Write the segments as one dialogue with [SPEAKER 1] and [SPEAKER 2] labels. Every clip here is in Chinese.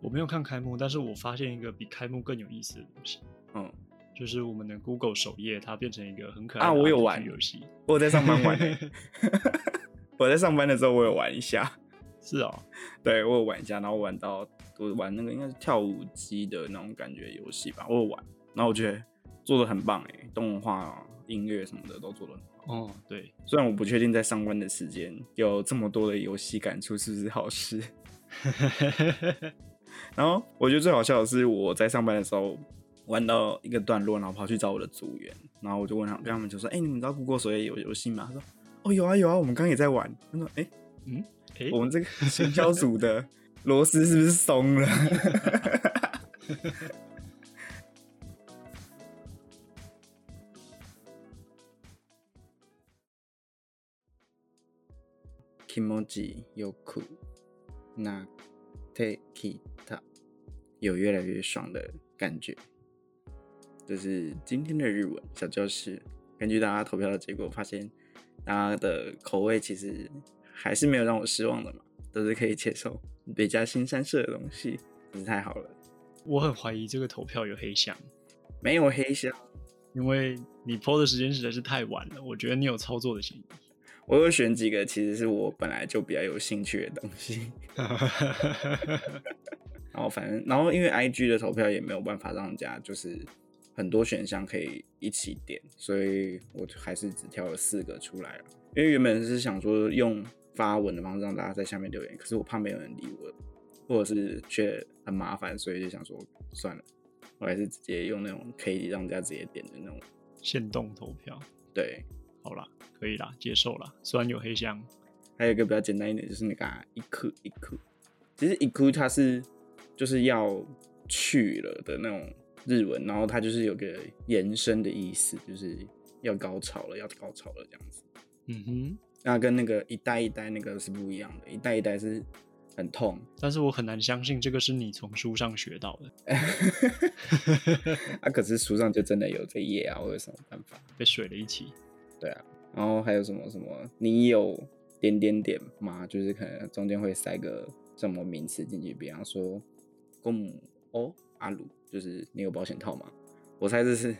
[SPEAKER 1] 我没有看开幕，但是我发现一个比开幕更有意思的东西，
[SPEAKER 2] 嗯，
[SPEAKER 1] 就是我们的 Google 首页它变成一个很可爱的
[SPEAKER 2] 啊我有
[SPEAKER 1] RPG
[SPEAKER 2] 玩
[SPEAKER 1] 游戏，
[SPEAKER 2] 我在上班玩欸、我在上班的时候我有玩一下，
[SPEAKER 1] 是哦，
[SPEAKER 2] 对我有玩一下，然后玩到我玩那个应该是跳舞机的那种感觉游戏吧，我有玩，然后我觉得做的很棒哎、动画、音乐什么的都做的很好。
[SPEAKER 1] 哦对，
[SPEAKER 2] 虽然我不确定在上班的时间有这么多的游戏感触是不是好事，然后我觉得最好笑的是我在上班的时候玩到一个段落，然后跑去找我的组员，然后我就问他跟他们就说：“哎、你们知道 Google 首页有游戏吗？”他说：“哦，有啊有啊，我们刚刚也在玩。”他说：“哎、
[SPEAKER 1] 嗯，诶，
[SPEAKER 2] 我们这个 行销组的螺丝是不是松了？Kimoji 有苦，那 Take it 有越来越爽的感觉。这是今天的日文小教室。根据大家投票的结果，发现大家的口味其实还是没有让我失望的嘛，都是可以接受别加新三色的东西，真是太好了。
[SPEAKER 1] 我很怀疑这个投票有黑箱，
[SPEAKER 2] 没有黑箱，
[SPEAKER 1] 因为你 PO 的时间实在是太晚了，我觉得你有操作的嫌疑。
[SPEAKER 2] 我有选几个其实是我本来就比较有兴趣的东西。然后反正，然后因为 I G 的投票也没有办法让人家就是很多选项可以一起点，所以我就还是只挑了四个出来了。因为原本是想说用发文的方式让大家在下面留言，可是我怕没有人理我，或者是却很麻烦，所以就想说算了，我还是直接用那种可以让人家直接点的那种。
[SPEAKER 1] 限动投票，
[SPEAKER 2] 对，
[SPEAKER 1] 好啦，可以啦，接受啦。虽然有黑箱，
[SPEAKER 2] 还有一个比较简单一点，就是那个啊一哭一哭。其实一哭它是就是要去了的那种日文，然后它就是有个延伸的意思，就是要高潮了，要高潮了这样子。
[SPEAKER 1] 嗯哼，
[SPEAKER 2] 那跟那个一代一代那个是不一样的，一代一代是很痛
[SPEAKER 1] 但是我很难相信这个是你从书上学到的，
[SPEAKER 2] 啊，可是书上就真的有这一页啊，我有什么办法？
[SPEAKER 1] 被水了一起。
[SPEAKER 2] 然后还有什么什么，你有点点点吗？就是可能中间会塞个什么名词进去，比方说公母哦阿鲁，就是你有保险套吗？我猜这是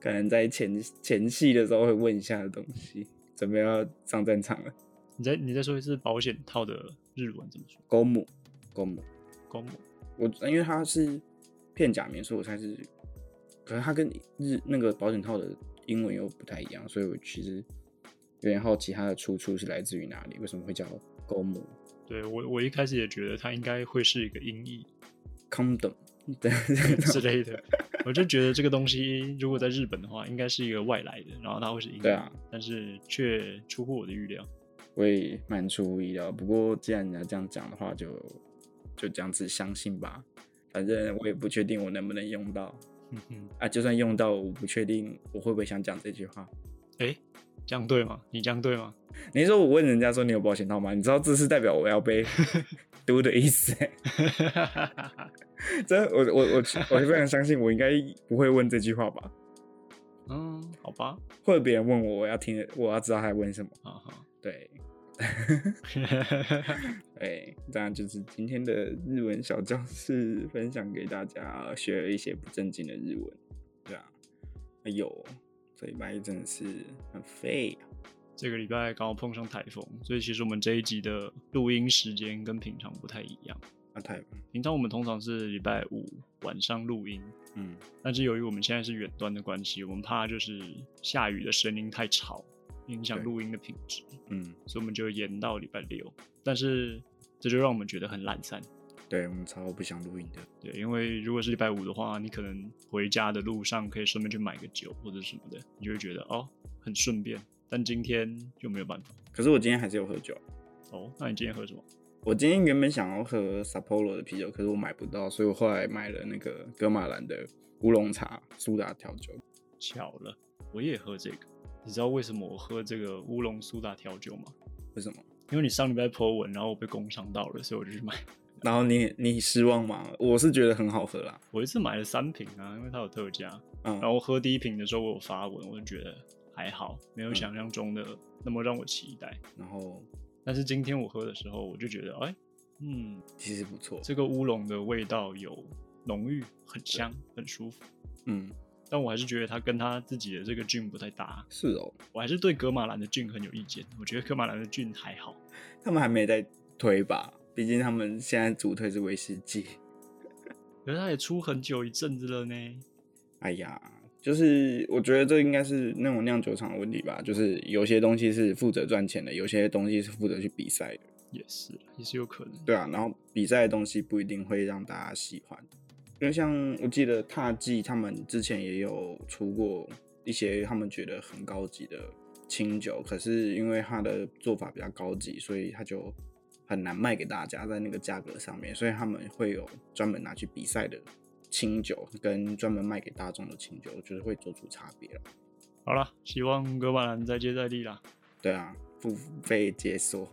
[SPEAKER 2] 可能在前前戏的时候会问一下的东西，准备要上战场了。
[SPEAKER 1] 你再你再说一次保险套的日文怎么说？
[SPEAKER 2] 公母公母，
[SPEAKER 1] 公母
[SPEAKER 2] 我因为它是片假名，所以我猜是，可是它跟日那个保险套的英文又不太一样，所以我其实有点好奇它的出处是来自于哪里，为什么会叫公母？
[SPEAKER 1] 对我我一开始也觉得它应该会是一个音译
[SPEAKER 2] condom 对，
[SPEAKER 1] 之类的，我就觉得这个东西如果在日本的话，应该是一个外来的，然后它会是英译，
[SPEAKER 2] 对啊
[SPEAKER 1] 但是却出乎我的预料。
[SPEAKER 2] 我也蛮出乎意料。不过既然人家这样讲的话就，就这样子相信吧。反正我也不确定我能不能用到
[SPEAKER 1] 嗯哼，
[SPEAKER 2] 啊，就算用到，我不确定我会不会想讲这句话。
[SPEAKER 1] 哎，这样对吗？你这样对吗？
[SPEAKER 2] 你说我问人家说你有保险套吗？你知道这是代表我要被嘟的意思、欸。这我我我我非常相信我应该不会问这句话吧？
[SPEAKER 1] 嗯，好吧，啊
[SPEAKER 2] 或者别人问我，我要听，我要知道他在问什么。
[SPEAKER 1] 好好，
[SPEAKER 2] 对，对，这样就是今天的日文小教室，分享给大家学了一些不正经的日文。对啊，哎呦，这礼拜一真的是很废啊！
[SPEAKER 1] 这个礼拜刚好碰上台风，所以其实我们这一集的录音时间跟平常不太一样。
[SPEAKER 2] 啊，太
[SPEAKER 1] 平常我们通常是礼拜五晚上录音，
[SPEAKER 2] 嗯，
[SPEAKER 1] 但是由于我们现在是远端的关系，我们怕就是下雨的声音太吵，影响
[SPEAKER 2] 对
[SPEAKER 1] 录音的品质，
[SPEAKER 2] 嗯，
[SPEAKER 1] 所以我们就延到礼拜六。但是这就让我们觉得很懒散，
[SPEAKER 2] 对我们超不想录音的。
[SPEAKER 1] 对，因为如果是礼拜五的话，你可能回家的路上可以顺便去买个酒或者什么的，你就会觉得哦很顺便。但今天就没有办法
[SPEAKER 2] 可是我今天还是有喝酒。啊
[SPEAKER 1] 哦。那你今天喝什么？
[SPEAKER 2] 我今天原本想要喝 Sapporo 的啤酒，可是我买不到，所以我后来买了那个格马兰的乌龙茶苏打调酒。
[SPEAKER 1] 巧了，我也喝这个。你知道为什么我喝这个乌龙苏打调酒吗？
[SPEAKER 2] 为什么？
[SPEAKER 1] 因为你上礼拜 po 文，然后我被工伤到了，所以我就去买。
[SPEAKER 2] 然后你你失望吗？我是觉得很好喝啦。
[SPEAKER 1] 我一次买了三瓶啊，因为它有特价。
[SPEAKER 2] 嗯，
[SPEAKER 1] 然后喝第一瓶的时候，我有发文，我就觉得还好，没有想象中的那么让我期待。
[SPEAKER 2] 然后
[SPEAKER 1] 但是今天我喝的时候，我就觉得，哎，嗯，
[SPEAKER 2] 其实不错。
[SPEAKER 1] 这个乌龙的味道有浓郁，很香，很舒服。
[SPEAKER 2] 嗯，
[SPEAKER 1] 但我还是觉得它跟它自己的这个菌不太搭，
[SPEAKER 2] 是哦，
[SPEAKER 1] 我还是对格马兰的菌很有意见。我觉得格马兰的菌还好，
[SPEAKER 2] 他们还没在推吧？毕竟他们现在主推是威士忌。
[SPEAKER 1] 可是它也出很久一阵子了呢。
[SPEAKER 2] 哎呀，就是我觉得这应该是那种酿酒厂的问题吧，就是有些东西是负责赚钱的，有些东西是负责去比赛的。
[SPEAKER 1] 也是，也是有可能。
[SPEAKER 2] 对啊，然后比赛的东西不一定会让大家喜欢，因为像我记得踏迹他们之前也有出过一些他们觉得很高级的清酒，可是因为它的做法比较高级，所以它就很难卖给大家在那个价格上面，所以他们会有专门拿去比赛的清酒，跟专门卖给大众的清酒，就是会做出差别了。
[SPEAKER 1] 好啦，希望格马兰再接再厉啦。
[SPEAKER 2] 对啊，付费解锁，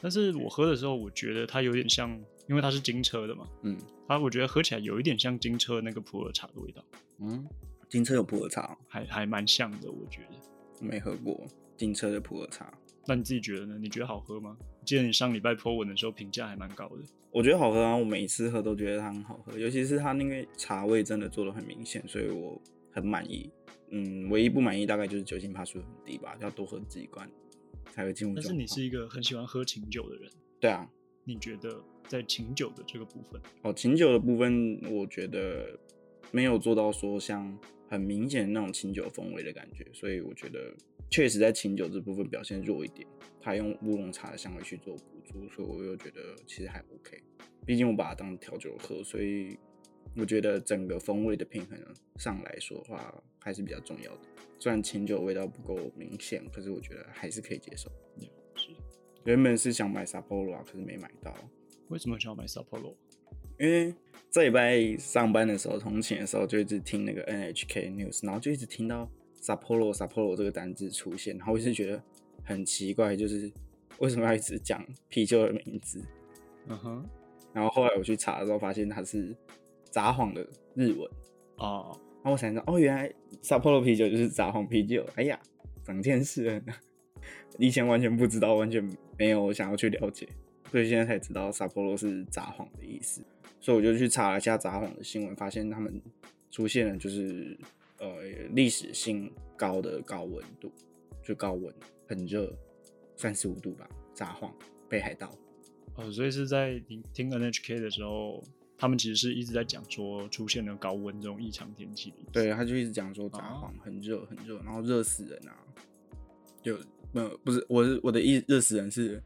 [SPEAKER 1] 但是我喝的时候，我觉得它有点像，因为它是金车的嘛，
[SPEAKER 2] 嗯
[SPEAKER 1] 它我觉得喝起来有一点像金车那个普洱茶的味道，
[SPEAKER 2] 嗯，金车有普洱茶哦，
[SPEAKER 1] 还还蛮像的，我觉得。
[SPEAKER 2] 我没喝过金车的普洱茶。
[SPEAKER 1] 那你自己觉得呢？你觉得好喝吗？我记得你上礼拜 po 文的时候评价还蛮高的。
[SPEAKER 2] 我觉得好喝啊，我每次喝都觉得它很好喝，尤其是它那个茶味真的做的很明显，所以我很满意。嗯，唯一不满意大概就是酒精趴数很低吧，要多喝几罐才会进入
[SPEAKER 1] 但
[SPEAKER 2] 状
[SPEAKER 1] 是
[SPEAKER 2] 况。
[SPEAKER 1] 你是一个很喜欢喝琴酒的人，
[SPEAKER 2] 对啊，
[SPEAKER 1] 你觉得在琴酒的这个部分，
[SPEAKER 2] 哦，琴酒的部分我觉得没有做到说像很明显的那种琴酒风味的感觉，所以我觉得确实在琴酒这部分表现弱一点。它用乌龙茶的香味去做补足，所以我又觉得其实还 OK。毕竟我把它当调酒喝，所以我觉得整个风味的平衡上来说的话还是比较重要的。虽然琴酒味道不够明显，可是我觉得还是可以接受。
[SPEAKER 1] 了解
[SPEAKER 2] 原本是想买 Sapporo 啊，可是没买到。
[SPEAKER 1] 为什么想要买 Sapporo？
[SPEAKER 2] 因为这礼拜上班的时候，通勤的时候就一直听那个 NHK News，然后就一直听到 Sapporo Sapporo 这个单字出现，然后我就觉得很奇怪，就是为什么要一直讲啤酒的名字？
[SPEAKER 1] 嗯哼，
[SPEAKER 2] 然后后来我去查的时候，发现它是札幌的日文，
[SPEAKER 1] 哦，
[SPEAKER 2] 然后我才知道，哦，原来 Sapporo 啤酒就是札幌啤酒。哎呀，长见识了呢，以前完全不知道，完全没有想要去了解，所以现在才知道 Sapporo 是札幌的意思。所以我就去查了一下札幌的新闻，发现他们出现了就是呃历史新高的高温度，就高温很热，三十五度吧，札幌北海道。
[SPEAKER 1] 哦，所以是在你听 NHK 的时候，他们其实是一直在讲说出现了高温这种异常天气的意思。
[SPEAKER 2] 对，他就一直讲说札
[SPEAKER 1] 哦
[SPEAKER 2] 幌很热很热，然后热死人啊，就没有不是我是我的意热死人是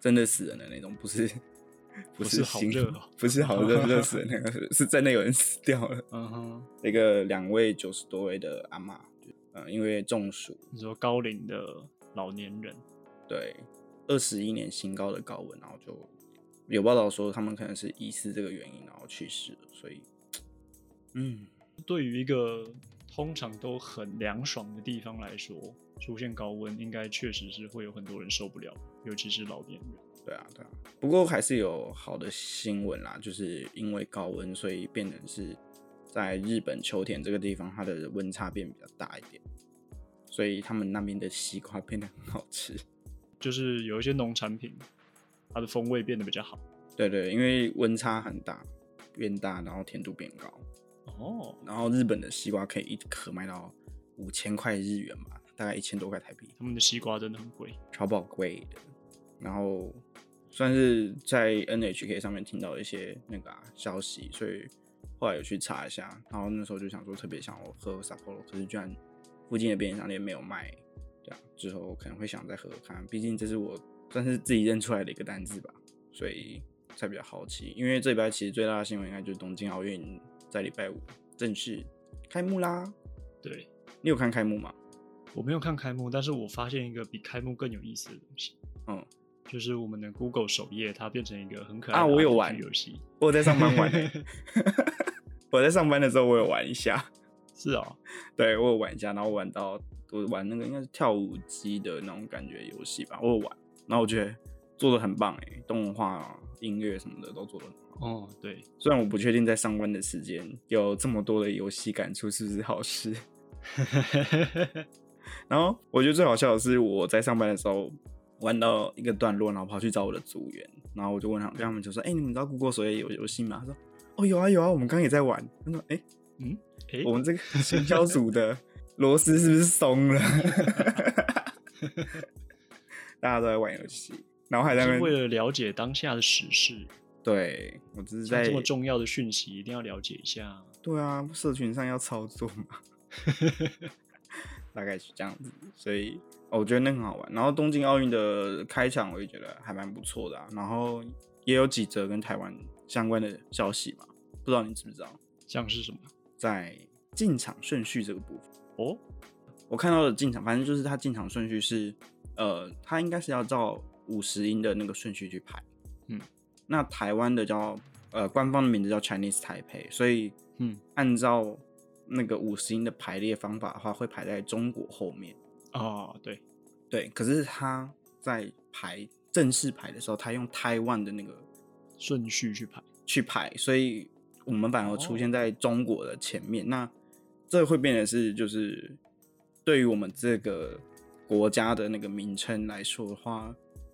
[SPEAKER 2] 真的死人的那种，不是 不
[SPEAKER 1] 不
[SPEAKER 2] 是
[SPEAKER 1] 是好
[SPEAKER 2] 辛
[SPEAKER 1] 热
[SPEAKER 2] 苦
[SPEAKER 1] 哦
[SPEAKER 2] 不是好热 热死人那个是真的有人死掉了，
[SPEAKER 1] 嗯哼，
[SPEAKER 2] 那个两位九十多位的阿嬷，嗯、因为中暑，
[SPEAKER 1] 你说高龄的老年人，
[SPEAKER 2] 对，二十一年新高的高温，然后就有报道说他们可能是疑似这个原因然后去世了，所以嗯。
[SPEAKER 1] 对于一个通常都很凉爽的地方来说，出现高温应该确实是会有很多人受不了，尤其是老年人。
[SPEAKER 2] 对啊，对啊。不过还是有好的新闻啦，就是因为高温，所以变成是在日本秋田这个地方，它的温差变比较大一点，所以他们那边的西瓜变得很好吃。
[SPEAKER 1] 就是有一些农产品，它的风味变得比较好。
[SPEAKER 2] 对对，因为温差很大，变大，然后甜度变高，
[SPEAKER 1] 哦，
[SPEAKER 2] 然后日本的西瓜可以一颗卖到五千块日元吧，大概一千多块台币。
[SPEAKER 1] 他们的西瓜真的很贵。
[SPEAKER 2] 超宝贵的，然后算是在 NHK 上面听到一些那个、啊、消息，所以后来有去查一下，然后那时候就想说特别想要喝 Sapporo，可是居然附近的便利商店没有卖，对啊，之后可能会想再喝喝看，毕竟这是我算是自己认出来的一个单字吧，所以才比较好奇，因为这礼拜其实最大的新闻应该就是东京奥运在礼拜五正式开幕啦，
[SPEAKER 1] 对
[SPEAKER 2] 你有看开幕吗？
[SPEAKER 1] 我没有看开幕，但是我发现一个比开幕更有意思的东西，
[SPEAKER 2] 嗯，
[SPEAKER 1] 就是我们的 Google 首页它变成一个很可爱
[SPEAKER 2] 啊
[SPEAKER 1] 的
[SPEAKER 2] 我有
[SPEAKER 1] RPG
[SPEAKER 2] 玩
[SPEAKER 1] 游戏。
[SPEAKER 2] 我有在上班玩、欸，我在上班的时候我有玩一下，
[SPEAKER 1] 是哦，
[SPEAKER 2] 对我有玩一下，然后玩到我玩那个应该是跳舞机的那种感觉游戏吧，我有玩，然后我觉得做的很棒哎、动画、音乐什么的都做的很好。
[SPEAKER 1] 哦对，
[SPEAKER 2] 虽然我不确定在上班的时间有这么多的游戏感触是不是好事，然后我觉得最好笑的是我在上班的时候玩到一个段落，然后跑去找我的组员，然后我就问他，跟他们就说，哎、你们知道 Google 首页有游戏吗？他说，哦，有啊有啊，我们刚刚也在玩。他说，哎、
[SPEAKER 1] 嗯，哎、
[SPEAKER 2] 我们这个行销组的螺丝是不是松了？ 大家都在玩游戏，然后还在那
[SPEAKER 1] 是为
[SPEAKER 2] 边
[SPEAKER 1] 了了解当下的时事，
[SPEAKER 2] 对我只是
[SPEAKER 1] 像
[SPEAKER 2] 在
[SPEAKER 1] 这么重要的讯息一定要了解一下。
[SPEAKER 2] 对啊，社群上要操作嘛， 大概是这样子。所以、哦我觉得那很好玩。然后东京奥运的开场，我也觉得还蛮不错的、啊。然后也有几则跟台湾相关的消息嘛，不知道你知不知道？
[SPEAKER 1] 像是什么？
[SPEAKER 2] 在进场顺序这个部分，
[SPEAKER 1] 哦，
[SPEAKER 2] 我看到的进场，反正就是它进场顺序是，呃，它应该是要照五十音的那个顺序去排。
[SPEAKER 1] 嗯，
[SPEAKER 2] 那台湾的叫呃官方的名字叫 Chinese Taipei，所以
[SPEAKER 1] 嗯，
[SPEAKER 2] 按照那个五十音的排列方法的话，会排在中国后面。
[SPEAKER 1] 哦，对，
[SPEAKER 2] 对，可是他在排正式排的时候，他用 Taiwan 的那个
[SPEAKER 1] 顺序去排。
[SPEAKER 2] 去排，所以我们反而
[SPEAKER 1] 哦
[SPEAKER 2] 出现在中国的前面。那这会变得是，就是对于我们这个国家的那个名称来说的话，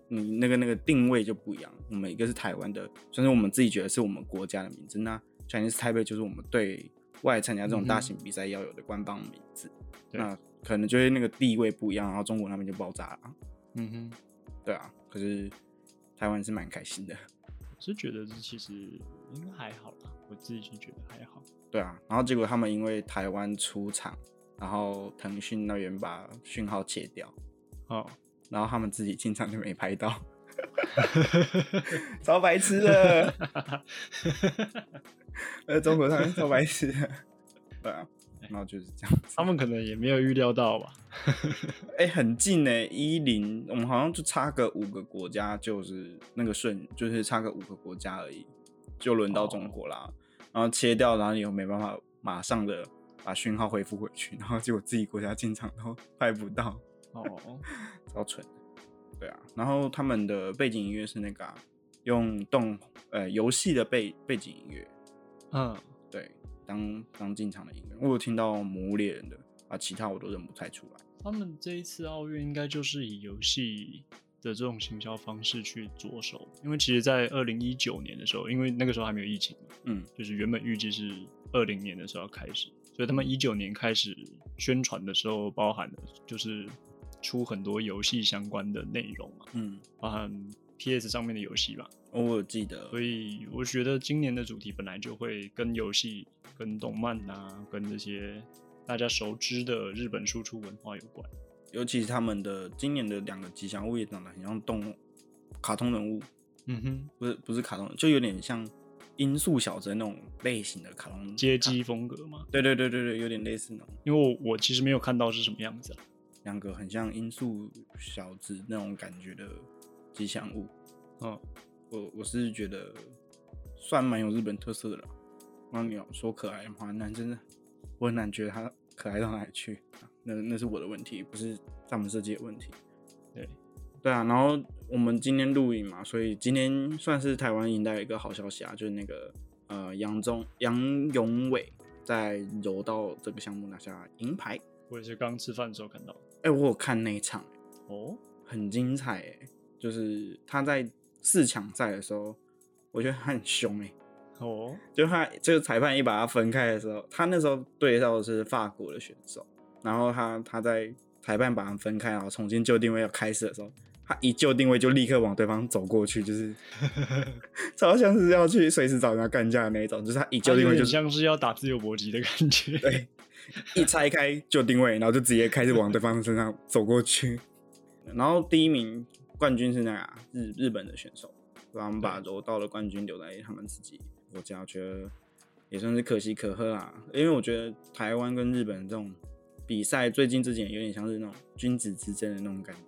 [SPEAKER 2] 你那个那个定位就不一样。我们一个是台湾的，甚至我们自己觉得是我们国家的名字。那 Chinese Taipei 就是我们对外参加这种大型比赛要有的官方名字。
[SPEAKER 1] 嗯对
[SPEAKER 2] 那可能就是那个地位不一样，然后中国那边就爆炸了。
[SPEAKER 1] 嗯哼，
[SPEAKER 2] 对啊，可是台湾是蛮开心的。
[SPEAKER 1] 我是觉得这其实应该还好啦，我自己是觉得还好。
[SPEAKER 2] 对啊，然后结果他们因为台湾出场，然后腾讯那边把讯号切掉，
[SPEAKER 1] 哦，
[SPEAKER 2] 然后他们自己进场就没拍到，超白痴的，呃，中国他们超白痴的，对啊，然后就是这样子，
[SPEAKER 1] 他们可能也没有预料到吧。
[SPEAKER 2] 哎、很近呢、一零，我们好像就差个五个国家，就是那个顺，就是差个五个国家而已，就轮到中国啦，然后切掉，然后你又没办法马上的把讯号恢复回去，然后结果自己国家进场都 拍不到。
[SPEAKER 1] 哦，
[SPEAKER 2] 超蠢的。对啊，然后他们的背景音乐是那个啊、用动呃游戏的背背景音乐，
[SPEAKER 1] 嗯，
[SPEAKER 2] 对，当当进场的音乐。我有听到《魔物猎人》的啊，其他我都认不太出来。
[SPEAKER 1] 他们这一次奥运应该就是以游戏的这种行销方式去着手，因为其实，在二零一九年的时候，因为那个时候还没有疫情嘛，
[SPEAKER 2] 嗯，
[SPEAKER 1] 就是原本预计是二零年的时候要开始，所以他们一九年开始宣传的时候，包含了就是出很多游戏相关的内容啊嘛，
[SPEAKER 2] 嗯，
[SPEAKER 1] 包含 PS 上面的游戏吧，
[SPEAKER 2] 哦我有记得，
[SPEAKER 1] 所以我觉得今年的主题本来就会跟游戏、跟动漫啊、跟这些大家熟知的日本输出文化有关。
[SPEAKER 2] 尤其是他们的今年的两个吉祥物也长得很像动卡通人物，
[SPEAKER 1] 嗯哼，
[SPEAKER 2] 不是不是卡通，就有点像音速小子那种类型的卡通
[SPEAKER 1] 街。机风格嘛，
[SPEAKER 2] 对对对对对，有点类似那种，
[SPEAKER 1] 因为我我其实没有看到是什么样子、啊。
[SPEAKER 2] 两个很像音速小子那种感觉的吉祥物。哦
[SPEAKER 1] 嗯，
[SPEAKER 2] 我我是觉得算蛮有日本特色的啦。那你要说可爱的话，那真的我很难觉得它可爱到哪里去。啊那那是我的问题，不是他们设计的问题。
[SPEAKER 1] 对，
[SPEAKER 2] 对啊，然后我们今天录影嘛，所以今天算是台湾赢得一个好消息啊，就是那个呃杨宗杨永伟在柔道这个项目拿下银牌。
[SPEAKER 1] 我也是刚吃饭的时候看到。
[SPEAKER 2] 哎、我有看那一场，
[SPEAKER 1] 哦，
[SPEAKER 2] 很精彩哎、就是他在四强赛的时候，我觉得他很凶哎、
[SPEAKER 1] 哦，
[SPEAKER 2] 就他就是裁判一把他分开的时候，他那时候对到的是法国的选手，然后他他在裁判把他们分开，然后重新就定位要开始的时候，他一就定位就立刻往对方走过去，就是 超像是要去随时找人家干架的那一种，就是他一就定
[SPEAKER 1] 有
[SPEAKER 2] 位
[SPEAKER 1] 点
[SPEAKER 2] 就是
[SPEAKER 1] 像是要打自由搏击的感觉。
[SPEAKER 2] 对，一拆开就定位，然后就直接开始往对方身上走过去。 然后第一名冠军是那个啊日日本的选手，他们把柔道的冠军留在他们自己国家，我觉得也算是可喜可贺啦。因为我觉得台湾跟日本这种比赛，最近这几年有点像是那种君子之争的那种感觉，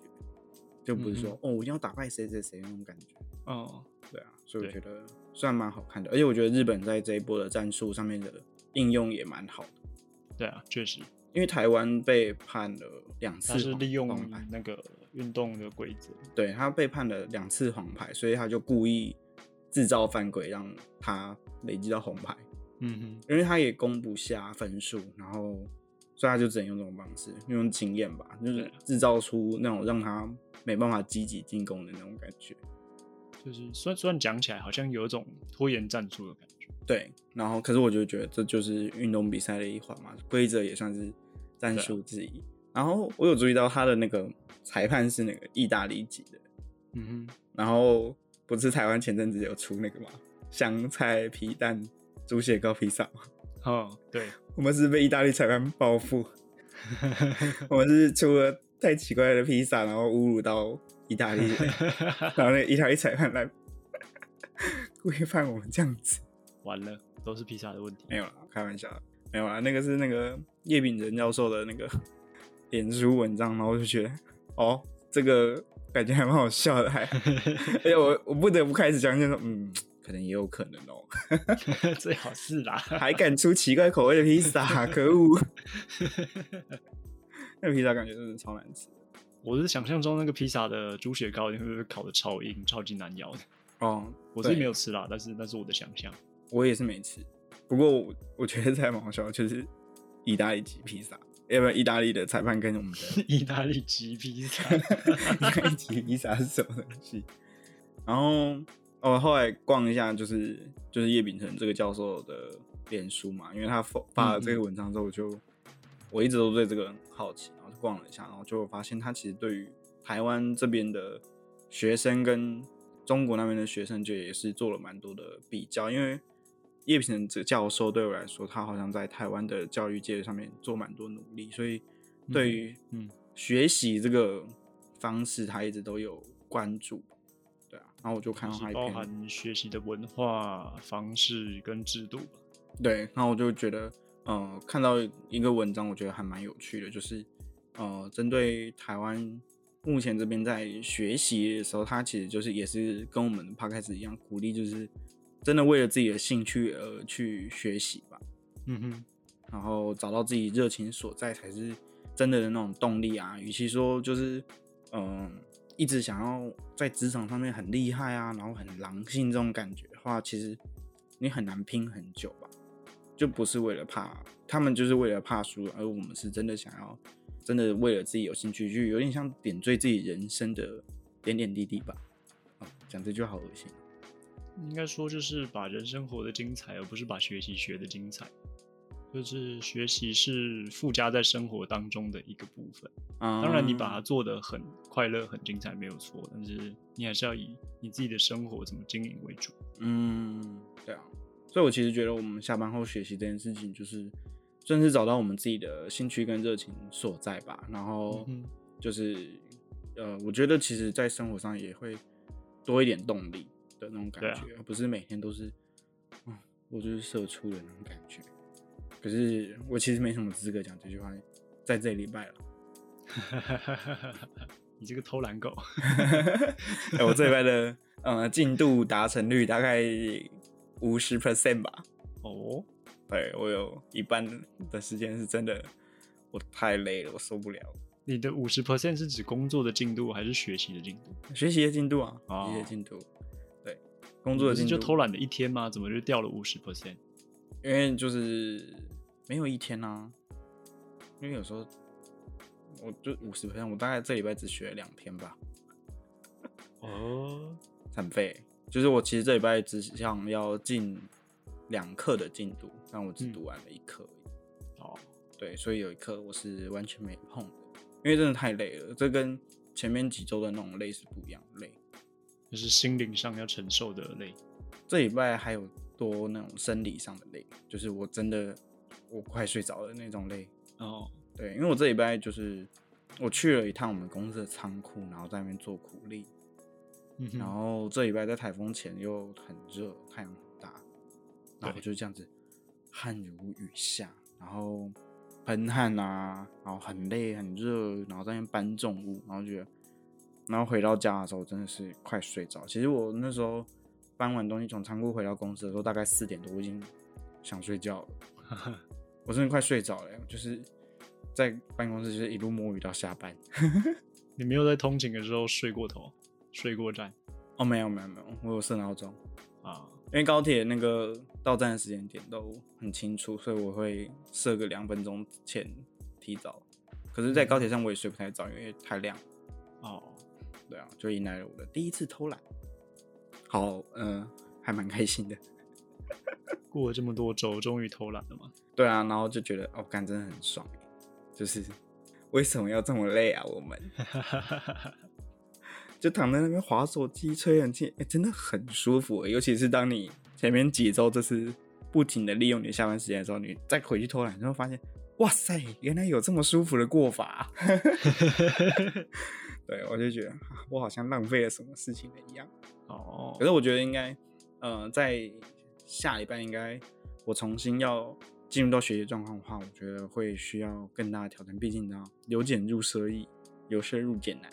[SPEAKER 2] 就不是说、
[SPEAKER 1] 嗯
[SPEAKER 2] 哦我一定要打败谁谁谁那种感觉。
[SPEAKER 1] 哦，
[SPEAKER 2] 对啊，所以我
[SPEAKER 1] 对
[SPEAKER 2] 觉得算蛮好看的，而且我觉得日本在这一波的战术上面的应用也蛮好的。
[SPEAKER 1] 对啊，确实，
[SPEAKER 2] 因为台湾被判了两次
[SPEAKER 1] 他
[SPEAKER 2] 黄，
[SPEAKER 1] 是利用
[SPEAKER 2] 黄牌，
[SPEAKER 1] 那个运动的规则。
[SPEAKER 2] 对他被判了两次黄牌，所以他就故意制造犯规，让他累积到红牌，
[SPEAKER 1] 嗯哼，
[SPEAKER 2] 因为他也攻不下分数，然后所以他就只能用这种方式，用经验吧，就是
[SPEAKER 1] 对啊
[SPEAKER 2] 制造出那种让他没办法积极进攻的那种感觉。
[SPEAKER 1] 就是虽然虽然讲起来好像有一种拖延战术的感觉，
[SPEAKER 2] 对，然后可是我就觉得这就是运动比赛的一环嘛，规则也算是战
[SPEAKER 1] 啊
[SPEAKER 2] 术之一。然后我有注意到他的那个裁判是那个意大利籍的，
[SPEAKER 1] 嗯哼，
[SPEAKER 2] 然后不是台湾前阵子有出那个嘛，香菜皮蛋猪血糕披萨吗？嗯
[SPEAKER 1] 哦，对，
[SPEAKER 2] 我们是被意大利裁判报复，我们是出了太奇怪的披萨，然后侮辱到意大利人，然后那个意大利裁判来 规范我们这样子。
[SPEAKER 1] 完了，都是披萨的问题。
[SPEAKER 2] 没有啦，开玩笑的，没有啦。那个是那个叶秉仁教授的那个脸书文章，然后我就觉得，哦，这个感觉还蛮好笑的，还，而且我我不得不开始相信说，嗯，可能也有可能哦，
[SPEAKER 1] 最好是啦，
[SPEAKER 2] 还敢出奇怪口味的披萨，可恶！那个披萨感觉真的超难吃的
[SPEAKER 1] 我是想象中那个披萨的猪血糕一定会烤的超硬、超级难咬的。
[SPEAKER 2] 哦，
[SPEAKER 1] 我是
[SPEAKER 2] 对
[SPEAKER 1] 没有吃啦，但是那是我的想象。
[SPEAKER 2] 我也是没吃，不过我我觉得还蛮好笑的，就是意大利籍披萨，要不然意大利的裁判跟我们的
[SPEAKER 1] 意大利鸡披萨，
[SPEAKER 2] 你看一提披萨是什么东西？然后哦，后来逛一下，就是就是叶秉成这个教授的脸书嘛，因为他发发了这个文章之后，我就我一直都对这个很好奇，然后就逛了一下，然后就发现他其实对于台湾这边的学生跟中国那边的学生，就也是做了蛮多的比较，因为。叶秉成这个教授对我来说，他好像在台湾的教育界上面做蛮多努力，所以对于
[SPEAKER 1] 嗯
[SPEAKER 2] 学习这个方式，他一直都有关注，对啊。 然后我就看
[SPEAKER 1] 就
[SPEAKER 2] 到他
[SPEAKER 1] 是
[SPEAKER 2] 一
[SPEAKER 1] 包
[SPEAKER 2] 篇，
[SPEAKER 1] 含学习的文化方式跟制度吧。
[SPEAKER 2] 对，然后我就觉得，呃，看到一个文章，我觉得还蛮有趣的，就是呃，针对台湾目前这边在学习的时候，他其实就是也是跟我们的 p 开始一样，鼓励就是真的为了自己的兴趣而去学习吧。
[SPEAKER 1] 嗯哼，
[SPEAKER 2] 然后找到自己热情所在才是真的的那种动力啊。与其说就是嗯、一直想要在职场上面很厉害啊，然后很狼性这种感觉的话，其实你很难拼很久吧。就不是为了怕，他们就是为了怕输，而我们是真的想要，真的为了自己有兴趣，就有点像点缀自己人生的点点滴滴吧。哦，讲这句话好恶心。
[SPEAKER 1] 应该说就是把人生活得精彩，而不是把学习学得精彩。就是学习是附加在生活当中的一个部分。
[SPEAKER 2] 啊
[SPEAKER 1] 当然，你把它做得很快乐、很精彩没有错，但是你还是要以你自己的生活怎么经营为 主。
[SPEAKER 2] 嗯，对啊，所以我其实觉得我们下班后学习这件事情，就是算是找到我们自己的兴趣跟热情所在吧。然后
[SPEAKER 1] 嗯哼
[SPEAKER 2] 就是、呃，我觉得其实，在生活上也会多一点动力的那种感
[SPEAKER 1] 对啊
[SPEAKER 2] 觉，而不是每天都是，嗯，我就是社畜的那种感觉。可是我其实没什么资格讲这句话，在这 礼拜了。
[SPEAKER 1] 你这个偷懒狗，
[SPEAKER 2] 哎我这礼拜的呃进度达成率大概五十 percent 吧。
[SPEAKER 1] 哦，
[SPEAKER 2] 对我有一半的时间是真的，我太累了，我受不了。
[SPEAKER 1] 你的五十 percent 是指工作的进度还是学习的进度？
[SPEAKER 2] 学习的进度啊，
[SPEAKER 1] 哦
[SPEAKER 2] 学习的进度，对，工作的
[SPEAKER 1] 不是
[SPEAKER 2] 进
[SPEAKER 1] 就
[SPEAKER 2] 度
[SPEAKER 1] 偷，懒的一天吗？怎么就掉了五十 percent？
[SPEAKER 2] 因为就是没有一天啊，因为有时候我就五十分，我大概这礼拜只学了两天吧，
[SPEAKER 1] 哦，
[SPEAKER 2] 很废。就是我其实这礼拜只想要进两课的进度，但我只
[SPEAKER 1] 嗯
[SPEAKER 2] 读完了一课而已。
[SPEAKER 1] 好，
[SPEAKER 2] 对，所以有一课我是完全没碰的，因为真的太累了。这跟前面几周的那种累是不一样的累。
[SPEAKER 1] 就是心灵上要承受的累。
[SPEAKER 2] 这礼拜还有多那种生理上的累，就是我真的我快睡着了那种累。
[SPEAKER 1] 哦，
[SPEAKER 2] 对，因为我这礼拜就是我去了一趟我们公司的仓库，然后在那边做苦力，
[SPEAKER 1] 嗯哼
[SPEAKER 2] 然后这礼拜在台风前又很热，太阳很大，然后我就这样子汗如雨下，然后喷汗啊，然后很累很热，然后在那边搬重物，然后觉得，然后回到家的时候真的是快睡着。其实我那时候搬完东西从仓库回到公司的时候，大概四点多，我已经想睡觉了，我真的快睡着了、就是在办公室就是一路摸鱼到下班。
[SPEAKER 1] 你没有在通勤的时候睡过头、睡过站
[SPEAKER 2] 哦，没有没有没有，我有设闹钟。
[SPEAKER 1] 啊？
[SPEAKER 2] 因为高铁那个到站的时间点都很清楚，所以我会设个两分钟前提早。可是，在高铁上我也睡不太早，因为太亮。
[SPEAKER 1] 哦，
[SPEAKER 2] 对啊，就迎来了我的第一次偷懒。好，呃，还蛮开心的。
[SPEAKER 1] 过了这么多周，终于偷懒了嘛？
[SPEAKER 2] 对啊，然后就觉得哦，干真的很爽，就是为什么要这么累啊？我们就躺在那边划手机、吹冷气，哎、真的很舒服、欸尤其是当你前面几周就是不停的利用你的下班时间的时候，你再回去偷懒，然后发现，哇塞，原来有这么舒服的过法、啊 对我就觉得啊我好像浪费了什么事情了一样。
[SPEAKER 1] 哦
[SPEAKER 2] 可，是我觉得应该，呃，在下礼拜应该我重新要进入到学习状况的话，我觉得会需要更大的挑战。毕竟你知道，由俭入奢易，由奢入俭难。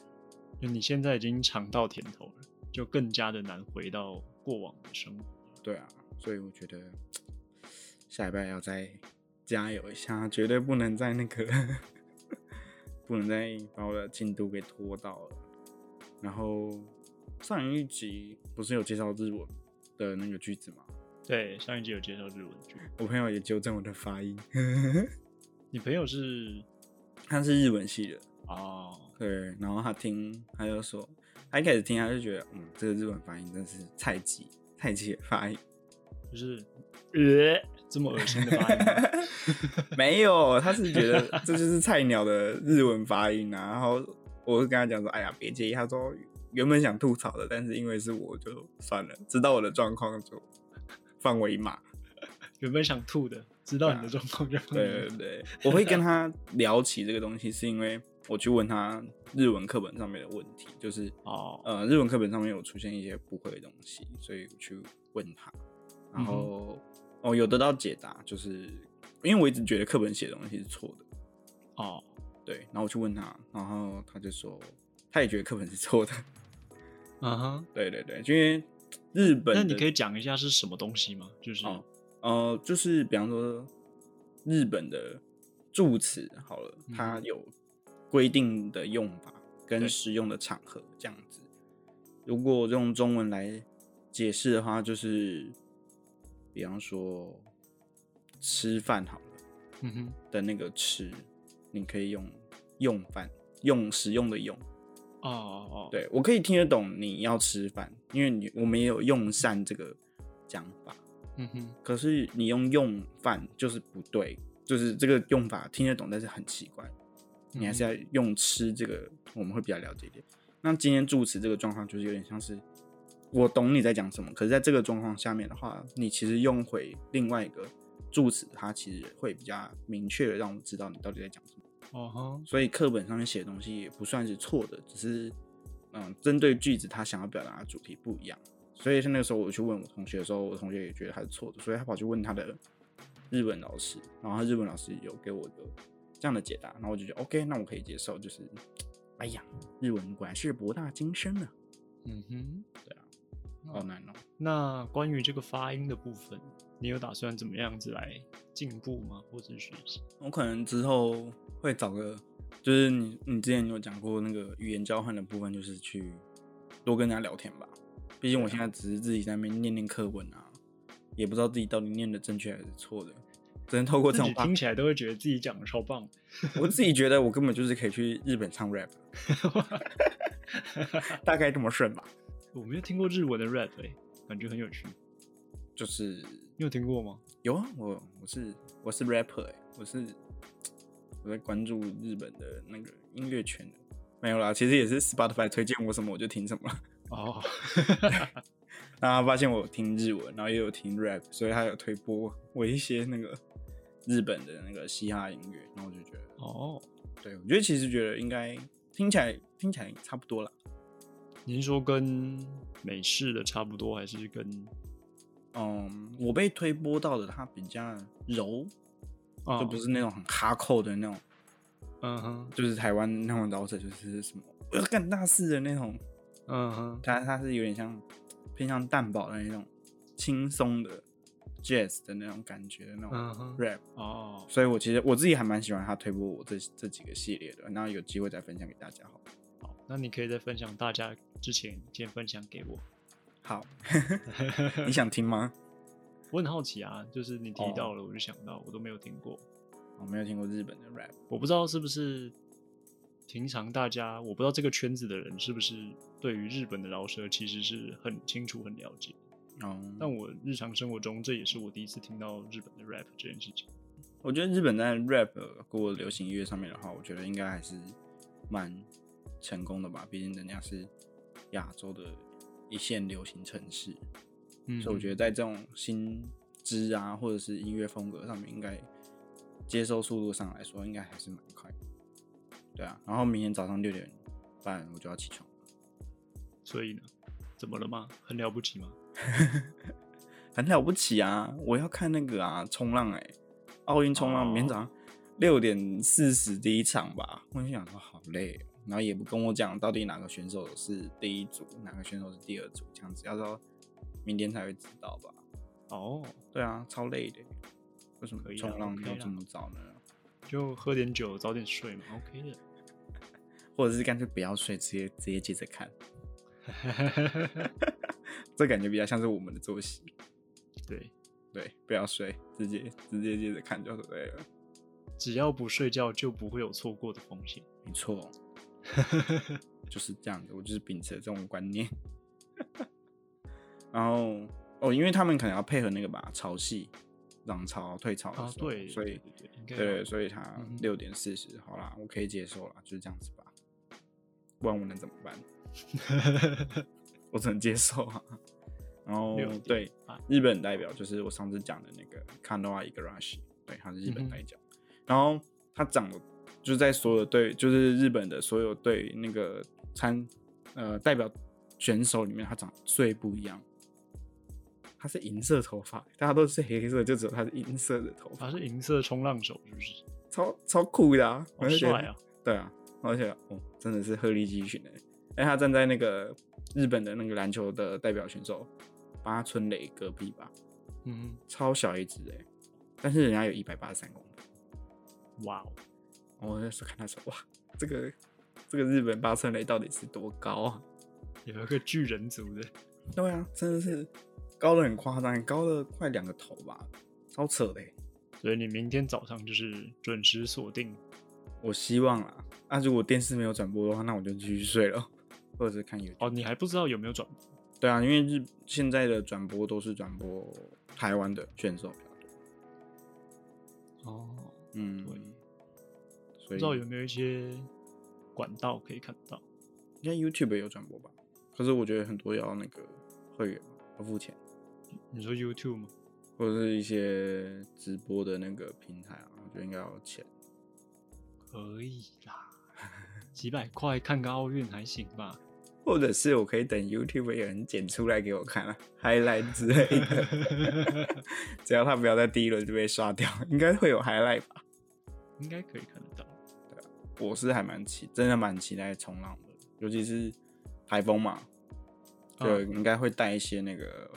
[SPEAKER 1] 就你现在已经尝到甜头了，就更加的难回到过往的生活。
[SPEAKER 2] 对啊，所以我觉得下礼拜要再加油一下，绝对不能再那个， 不能再把我的进度给拖到了。然后上一集不是有介绍日文的那个句子吗？
[SPEAKER 1] 对，上一集有介绍日文剧，
[SPEAKER 2] 我朋友也纠正我的发音，
[SPEAKER 1] 你朋友是
[SPEAKER 2] 他是日文系的，
[SPEAKER 1] 哦，
[SPEAKER 2] 对，然后他听，他就说，他一开始听他就觉得，嗯，这个日文发音真是菜鸡，菜鸡的发音，
[SPEAKER 1] 就是呃这么恶心的发音 吗，
[SPEAKER 2] 没有，他是觉得这就是菜鸟的日文发音啊。然后我就跟他讲说，哎呀，别介意。他说原本想吐槽的，但是因为是我就算了，知道我的状况就放我一马。
[SPEAKER 1] 原本想吐的，知道你的状况就
[SPEAKER 2] 对对对，我会跟他聊起这个东西，是因为我去问他日文课本上面的问题，就是
[SPEAKER 1] 哦，
[SPEAKER 2] 呃，日文课本上面有出现一些不会的东西，所以我去问他，
[SPEAKER 1] 嗯
[SPEAKER 2] 然后、哦有得到解答，就是因为我一直觉得课本写的东西是错的，
[SPEAKER 1] 哦，
[SPEAKER 2] 对，然后我去问他，然后他就说他也觉得课本是错的，
[SPEAKER 1] 嗯哼，
[SPEAKER 2] 对对对，就因为日本
[SPEAKER 1] 那
[SPEAKER 2] 的
[SPEAKER 1] 你可以讲一下是什么东西吗？就是
[SPEAKER 2] 哦呃，就是比方说日本的助词好了，
[SPEAKER 1] 嗯
[SPEAKER 2] 它
[SPEAKER 1] 哼
[SPEAKER 2] 有规定的用法跟
[SPEAKER 1] 对
[SPEAKER 2] 使用的场合这样子。如果用中文来解释的话，就是比方说吃饭好了
[SPEAKER 1] 嗯哼，
[SPEAKER 2] 的那个吃，你可以用用饭，用使用的用。
[SPEAKER 1] 哦哦哦，，
[SPEAKER 2] 对我可以听得懂你要吃饭，因为你我们也有用膳这个讲法。
[SPEAKER 1] 嗯哼，
[SPEAKER 2] 可是你用用饭就是不对，就是这个用法听得懂，但是很奇怪。你还是要用吃这个，我们会比较了解一点。那今天助词这个状况就是有点像是我懂你在讲什么，可是在这个状况下面的话，你其实用回另外一个助词，它其实会比较明确的让我们知道你到底在讲什么。
[SPEAKER 1] 哦哼，
[SPEAKER 2] 所以课本上面写的东西也不算是错的，只是嗯，针对句子他想要表达的主题不一样。所以是那个时候我去问我同学的时候，我同学也觉得他是错的，所以他跑去问他的日本老师，然后他日本老师有给我一个这样的解答，然后我就觉得 OK，那我可以接受，就是哎呀，日文果然是博大精深呢、
[SPEAKER 1] 嗯哼，
[SPEAKER 2] 啊，好难哦。
[SPEAKER 1] 那关于这个发音的部分，你有打算怎么样子来进步吗？或者是学习？
[SPEAKER 2] 我可能之后会找个，就是你你之前有讲过那个语言交换的部分，就是去多跟人家聊天吧。毕竟我现
[SPEAKER 1] 啊
[SPEAKER 2] 在只是自己在那边念念课文啊，也不知道自己到底念的正确还是错的，只能透过这
[SPEAKER 1] 自
[SPEAKER 2] 种
[SPEAKER 1] 己
[SPEAKER 2] 方
[SPEAKER 1] 听起来都会觉得自己讲的超棒，
[SPEAKER 2] 我自己觉得我根本就是可以去日本唱 rap，大概这么顺吧。
[SPEAKER 1] 我没有听过日文的 rap，、欸、感觉很有趣。
[SPEAKER 2] 就是
[SPEAKER 1] 你有听过吗？
[SPEAKER 2] 有啊，我我是我是 rapper，、欸、我是我在关注日本的那个音乐圈的。没有啦，其实也是 Spotify 推荐我什么我就听什么。
[SPEAKER 1] 哦，
[SPEAKER 2] 然后他发现我有听日文，然后也有听 rap，所以他有推播我一些那个日本的那个嘻哈音乐，然后我就觉得，
[SPEAKER 1] 哦，
[SPEAKER 2] 对我觉得其实觉得应该听起来听起来差不多了。
[SPEAKER 1] 你是说跟美式的差不多，还是跟
[SPEAKER 2] 嗯，我被推播到的它比较柔，
[SPEAKER 1] 啊
[SPEAKER 2] 就不是那种很哈扣的那种，
[SPEAKER 1] 嗯哼，
[SPEAKER 2] 就是台湾那种饶舌，就是什么我要干大事的那种，
[SPEAKER 1] 嗯哼，
[SPEAKER 2] 它它是有点像偏向蛋堡的那种轻松的 jazz 的那种感觉的那
[SPEAKER 1] 嗯
[SPEAKER 2] 种
[SPEAKER 1] 哼
[SPEAKER 2] rap。
[SPEAKER 1] 哦，
[SPEAKER 2] 所以我其实我自己还蛮喜欢他推播我这这几个系列的，然后有机会再分享给大家好了。
[SPEAKER 1] 好，那你可以在分享大家之前先分享给我。
[SPEAKER 2] 好， 你想听吗？
[SPEAKER 1] 我很好奇啊，就是你提
[SPEAKER 2] 哦
[SPEAKER 1] 到了，我就想到，我都没有听过，
[SPEAKER 2] 我没有听过日本的 rap，
[SPEAKER 1] 我不知道是不是平常大家我不知道这个圈子的人是不是对于日本的饶舌其实是很清楚、很了解。
[SPEAKER 2] 哦，
[SPEAKER 1] 但我日常生活中，这也是我第一次听到日本的 rap 这件事情。
[SPEAKER 2] 我觉得日本在 rap 或流行音乐上面的话，我觉得应该还是蛮成功的吧，毕竟人家是亚洲的一线流行城市，
[SPEAKER 1] 嗯
[SPEAKER 2] 所以我觉得在这种新知啊，或者是音乐风格上面，应该接收速度上来说，应该还是蛮快的。对啊，然后明天早上六点半我就要起床。
[SPEAKER 1] 所以呢，怎么了吗？很了不起吗？
[SPEAKER 2] 很了不起啊！我要看那个啊，冲浪哎、奥运冲浪，
[SPEAKER 1] 哦
[SPEAKER 2] 明天早上六点四十第一场吧。我就想说好累哦、然后也不跟我讲到底哪个选手是第一组，哪个选手是第二组，这样子要到明天才会知道吧？
[SPEAKER 1] 哦，
[SPEAKER 2] 对啊，超累的、为什么
[SPEAKER 1] 可以啦
[SPEAKER 2] 冲浪
[SPEAKER 1] 可以
[SPEAKER 2] 要
[SPEAKER 1] 啦
[SPEAKER 2] 这么早呢？
[SPEAKER 1] 就喝点酒，早点睡嘛，OK 的。
[SPEAKER 2] 或者是干脆不要睡，直接直接接着看，这感觉比较像是我们的作息。
[SPEAKER 1] 对，
[SPEAKER 2] 对，不要睡，直接直接接着看就对了。
[SPEAKER 1] 只要不睡觉，就不会有错过的风险。
[SPEAKER 2] 没错， 就是这样子，我就是秉持了这种观念。然后哦，因为他们可能要配合那个吧，潮汐涨潮退潮的
[SPEAKER 1] 啊，
[SPEAKER 2] 时候，
[SPEAKER 1] 对，
[SPEAKER 2] 所以
[SPEAKER 1] 对对，应该
[SPEAKER 2] 对，所以他
[SPEAKER 1] 嗯哼
[SPEAKER 2] 六点四十，好啦，我可以接受啦，就是这样子吧。不然我能怎么办？ 我只能接受啊。然后
[SPEAKER 1] 六点啊
[SPEAKER 2] 对
[SPEAKER 1] 半
[SPEAKER 2] 日本代表就是我上次讲的那个 Kanoa Igarashi，对，他是日
[SPEAKER 1] 嗯
[SPEAKER 2] 本代表。然后他长得就是在所有队，就是日本的所有队那个参呃代表选手里面，他长得最不一样。他是银色头发，大家都是黑色，就只有他是银色的头发，
[SPEAKER 1] 他是银色冲浪手，是不 是？
[SPEAKER 2] 超超酷的啊！
[SPEAKER 1] 好
[SPEAKER 2] 而且
[SPEAKER 1] 帅啊！
[SPEAKER 2] 对啊，而且哦，真的是鹤立鸡群的。哎，他站在那个日本的那个篮球的代表选手八村垒隔壁吧，
[SPEAKER 1] 嗯，
[SPEAKER 2] 超小一只哎、但是人家有一百八十三公分。
[SPEAKER 1] 哇哦，
[SPEAKER 2] 我那时候看他说，哇，这个这个日本八村垒到底是多高啊？
[SPEAKER 1] 有一个巨人族的，
[SPEAKER 2] 对啊，真的是高的很夸张，高了快两个头吧，超扯的欸、
[SPEAKER 1] 所以你明天早上就是准时锁定。
[SPEAKER 2] 我希望啦，那、如果电视没有转播的话，那我就继续睡了，或者是看 YouTube。
[SPEAKER 1] 哦，你还不知道有没有转播？
[SPEAKER 2] 对啊，因为日现在的转播都是转播台湾的选手比较多，
[SPEAKER 1] 哦，
[SPEAKER 2] 嗯，
[SPEAKER 1] 对，
[SPEAKER 2] 所
[SPEAKER 1] 不
[SPEAKER 2] 以
[SPEAKER 1] 知道有没有一些管道可以看到？
[SPEAKER 2] 应该 YouTube 也有转播吧？可是我觉得很多要那个会员要付钱，
[SPEAKER 1] 你说 YouTube 吗？
[SPEAKER 2] 或者是一些直播的那个平台啊，我觉得应该要钱。
[SPEAKER 1] 可以啦，几百块看个奥运还行吧。
[SPEAKER 2] 或者是我可以等 YouTube 有人剪出来给我看啊，highlight 之类的， 只要他不要在第一轮就被刷掉，应该会有 highlight 吧？
[SPEAKER 1] 应该可以看得到。
[SPEAKER 2] 我是还蛮期，真的蛮期待冲浪的，尤其是台风嘛，就
[SPEAKER 1] 嗯
[SPEAKER 2] 应该会带一些那个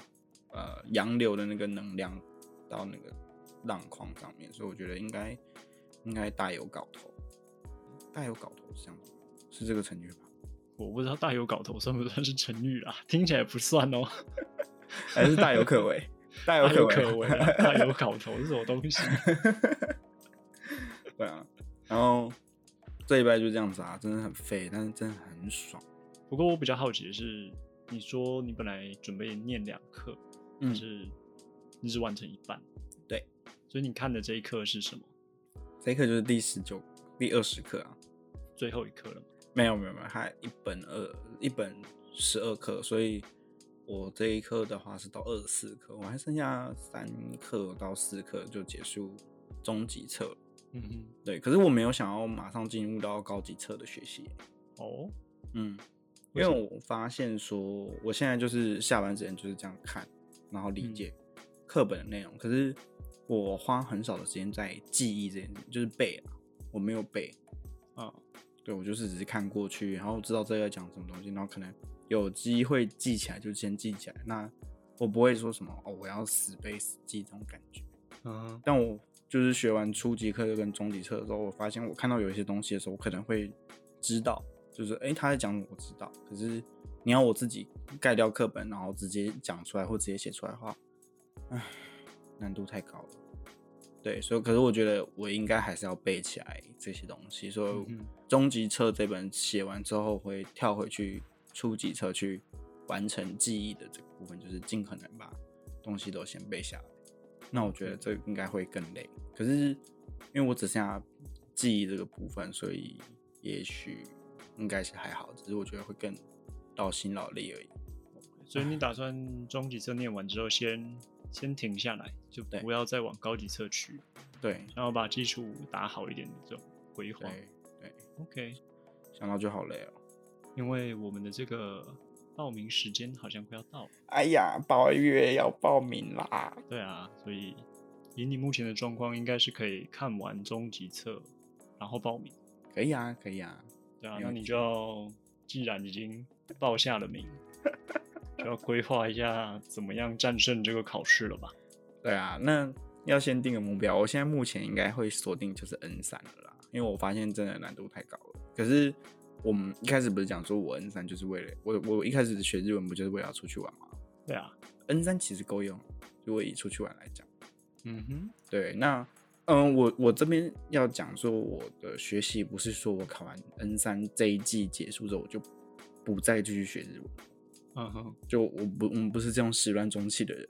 [SPEAKER 2] 呃洋流的那个能量到那个浪框上面，所以我觉得应该应该大有搞头，大有搞头是这样子吗，是这个成语吧？
[SPEAKER 1] 我不知道大有搞头算不算是成语啊？听起来不算哦，
[SPEAKER 2] 还是大有可为？大有
[SPEAKER 1] 大
[SPEAKER 2] 可
[SPEAKER 1] 有可为
[SPEAKER 2] 为，
[SPEAKER 1] 啊，大有搞头是什么 东西？
[SPEAKER 2] 对啊，然后这一拜就这样子啊，真的很废，但是真的很爽。
[SPEAKER 1] 不过我比较好奇的是，你说你本来准备念两课，但
[SPEAKER 2] 嗯，
[SPEAKER 1] 是你只完成一半，
[SPEAKER 2] 对，
[SPEAKER 1] 所以你看的这一课是什么？
[SPEAKER 2] 这一课就是第十九、第二十课啊，
[SPEAKER 1] 最后一课了吗？
[SPEAKER 2] 没有没有没有，它一本二一本十二课，所以我这一课的话是到二十四课，我还剩下三课到四课就结束中级册了。
[SPEAKER 1] 嗯哼，
[SPEAKER 2] 对，可是我没有想要马上进入到高级册的学习，
[SPEAKER 1] 哦，
[SPEAKER 2] 嗯，因
[SPEAKER 1] 为
[SPEAKER 2] 为
[SPEAKER 1] 什么
[SPEAKER 2] 我发现说，我现在就是下班时间就是这样看，然后
[SPEAKER 1] 嗯
[SPEAKER 2] 理解课本的内容。可是我花很少的时间在记忆这件事情，就是背啊，我没有背。
[SPEAKER 1] 啊，
[SPEAKER 2] 对我就是只是看过去，然后知道这个讲什么东西，然后可能有机会记起来就先记起来。那我不会说什么哦，我要死背死记这种感觉。
[SPEAKER 1] 嗯，
[SPEAKER 2] 但我就是学完初级课跟中级课的时候，我发现我看到有一些东西的时候，我可能会知道，就是诶他在讲什么我知道，可是你要我自己盖掉课本，然后直接讲出来或直接写出来的话，唉，难度太高了。对，所以可是我觉得我应该还是要背起来这些东西。所以
[SPEAKER 1] 嗯哼
[SPEAKER 2] 《终极册》这本写完之后，会跳回去初级册去完成记忆的这个部分，就是尽可能把东西都先背下来。那我觉得这个应该会更累。可是因为我只剩下记忆这个部分，所以也许应该是还好，只是我觉得会更劳心劳力而已。
[SPEAKER 1] 所以你打算中级册念完之后先先停下来，就
[SPEAKER 2] 对
[SPEAKER 1] 不要再往高级册去，
[SPEAKER 2] 对
[SPEAKER 1] 然后把基础打好一点的这种规划。
[SPEAKER 2] 对对，
[SPEAKER 1] OK，
[SPEAKER 2] 想到就好累哦。
[SPEAKER 1] 因为我们的这个报名时间好像快要到了。
[SPEAKER 2] 哎呀，八月要报名啦！
[SPEAKER 1] 对啊，所以以你目前的状况，应该是可以看完终极册，然后报名。
[SPEAKER 2] 可以啊，可以啊，
[SPEAKER 1] 对啊，
[SPEAKER 2] 没
[SPEAKER 1] 那
[SPEAKER 2] 问
[SPEAKER 1] 你
[SPEAKER 2] 题
[SPEAKER 1] 就要既然已经报下了名，就要规划一下怎么样战胜这个考试了吧？
[SPEAKER 2] 对啊，那要先定个目标。我现在目前应该会锁定就是 N 三了啦，因为我发现真的难度太高了。可是我们一开始不是讲说我 N 三就是为了我我一开始学日文不就是为了要出去玩吗
[SPEAKER 1] 对啊，
[SPEAKER 2] ？N 三其实够用，如果以出去玩来讲。
[SPEAKER 1] 嗯哼，
[SPEAKER 2] 对，那嗯，我我这边要讲说，我的学习不是说我考完 N 三这一季结束之后，我就不再继续学日文，
[SPEAKER 1] 嗯哼，
[SPEAKER 2] 就我不我们不是这种始乱终弃的人。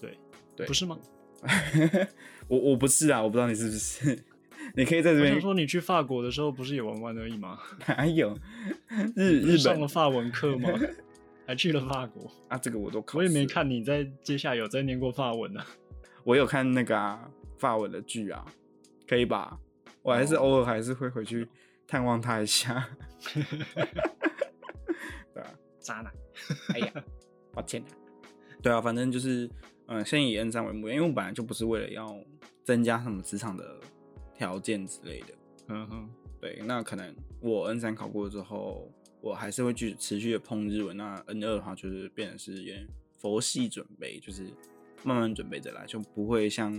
[SPEAKER 1] 对，
[SPEAKER 2] 对
[SPEAKER 1] 不是吗？
[SPEAKER 2] 我我不是啊，我不知道你是不是， 你可以在这
[SPEAKER 1] 我
[SPEAKER 2] 边
[SPEAKER 1] 想说，你去法国的时候不是也玩玩而已吗？
[SPEAKER 2] 哪有日
[SPEAKER 1] 不是
[SPEAKER 2] 日
[SPEAKER 1] 上
[SPEAKER 2] 本
[SPEAKER 1] 了法文课吗？ 还去了法国，
[SPEAKER 2] 啊？这个我都考，
[SPEAKER 1] 我也没，看你在接下来有在念过法文啊呢、
[SPEAKER 2] 我有看那个啊法文的剧啊，可以吧？我还是
[SPEAKER 1] 哦
[SPEAKER 2] 偶尔还是会回去探望他 一下。 啊
[SPEAKER 1] 渣 男。
[SPEAKER 2] 哎呀，抱歉啊。对啊，反正就是，嗯、先以 N 三为目标，因为我本来就不是为了要增加什么职场的条件之类的。
[SPEAKER 1] 嗯哼，
[SPEAKER 2] 对，那可能我 N 三考过之后，我还是会去持续的碰日文。那 N 二的话，就是变成是有点佛系准备，就是慢慢准备着来，就不会像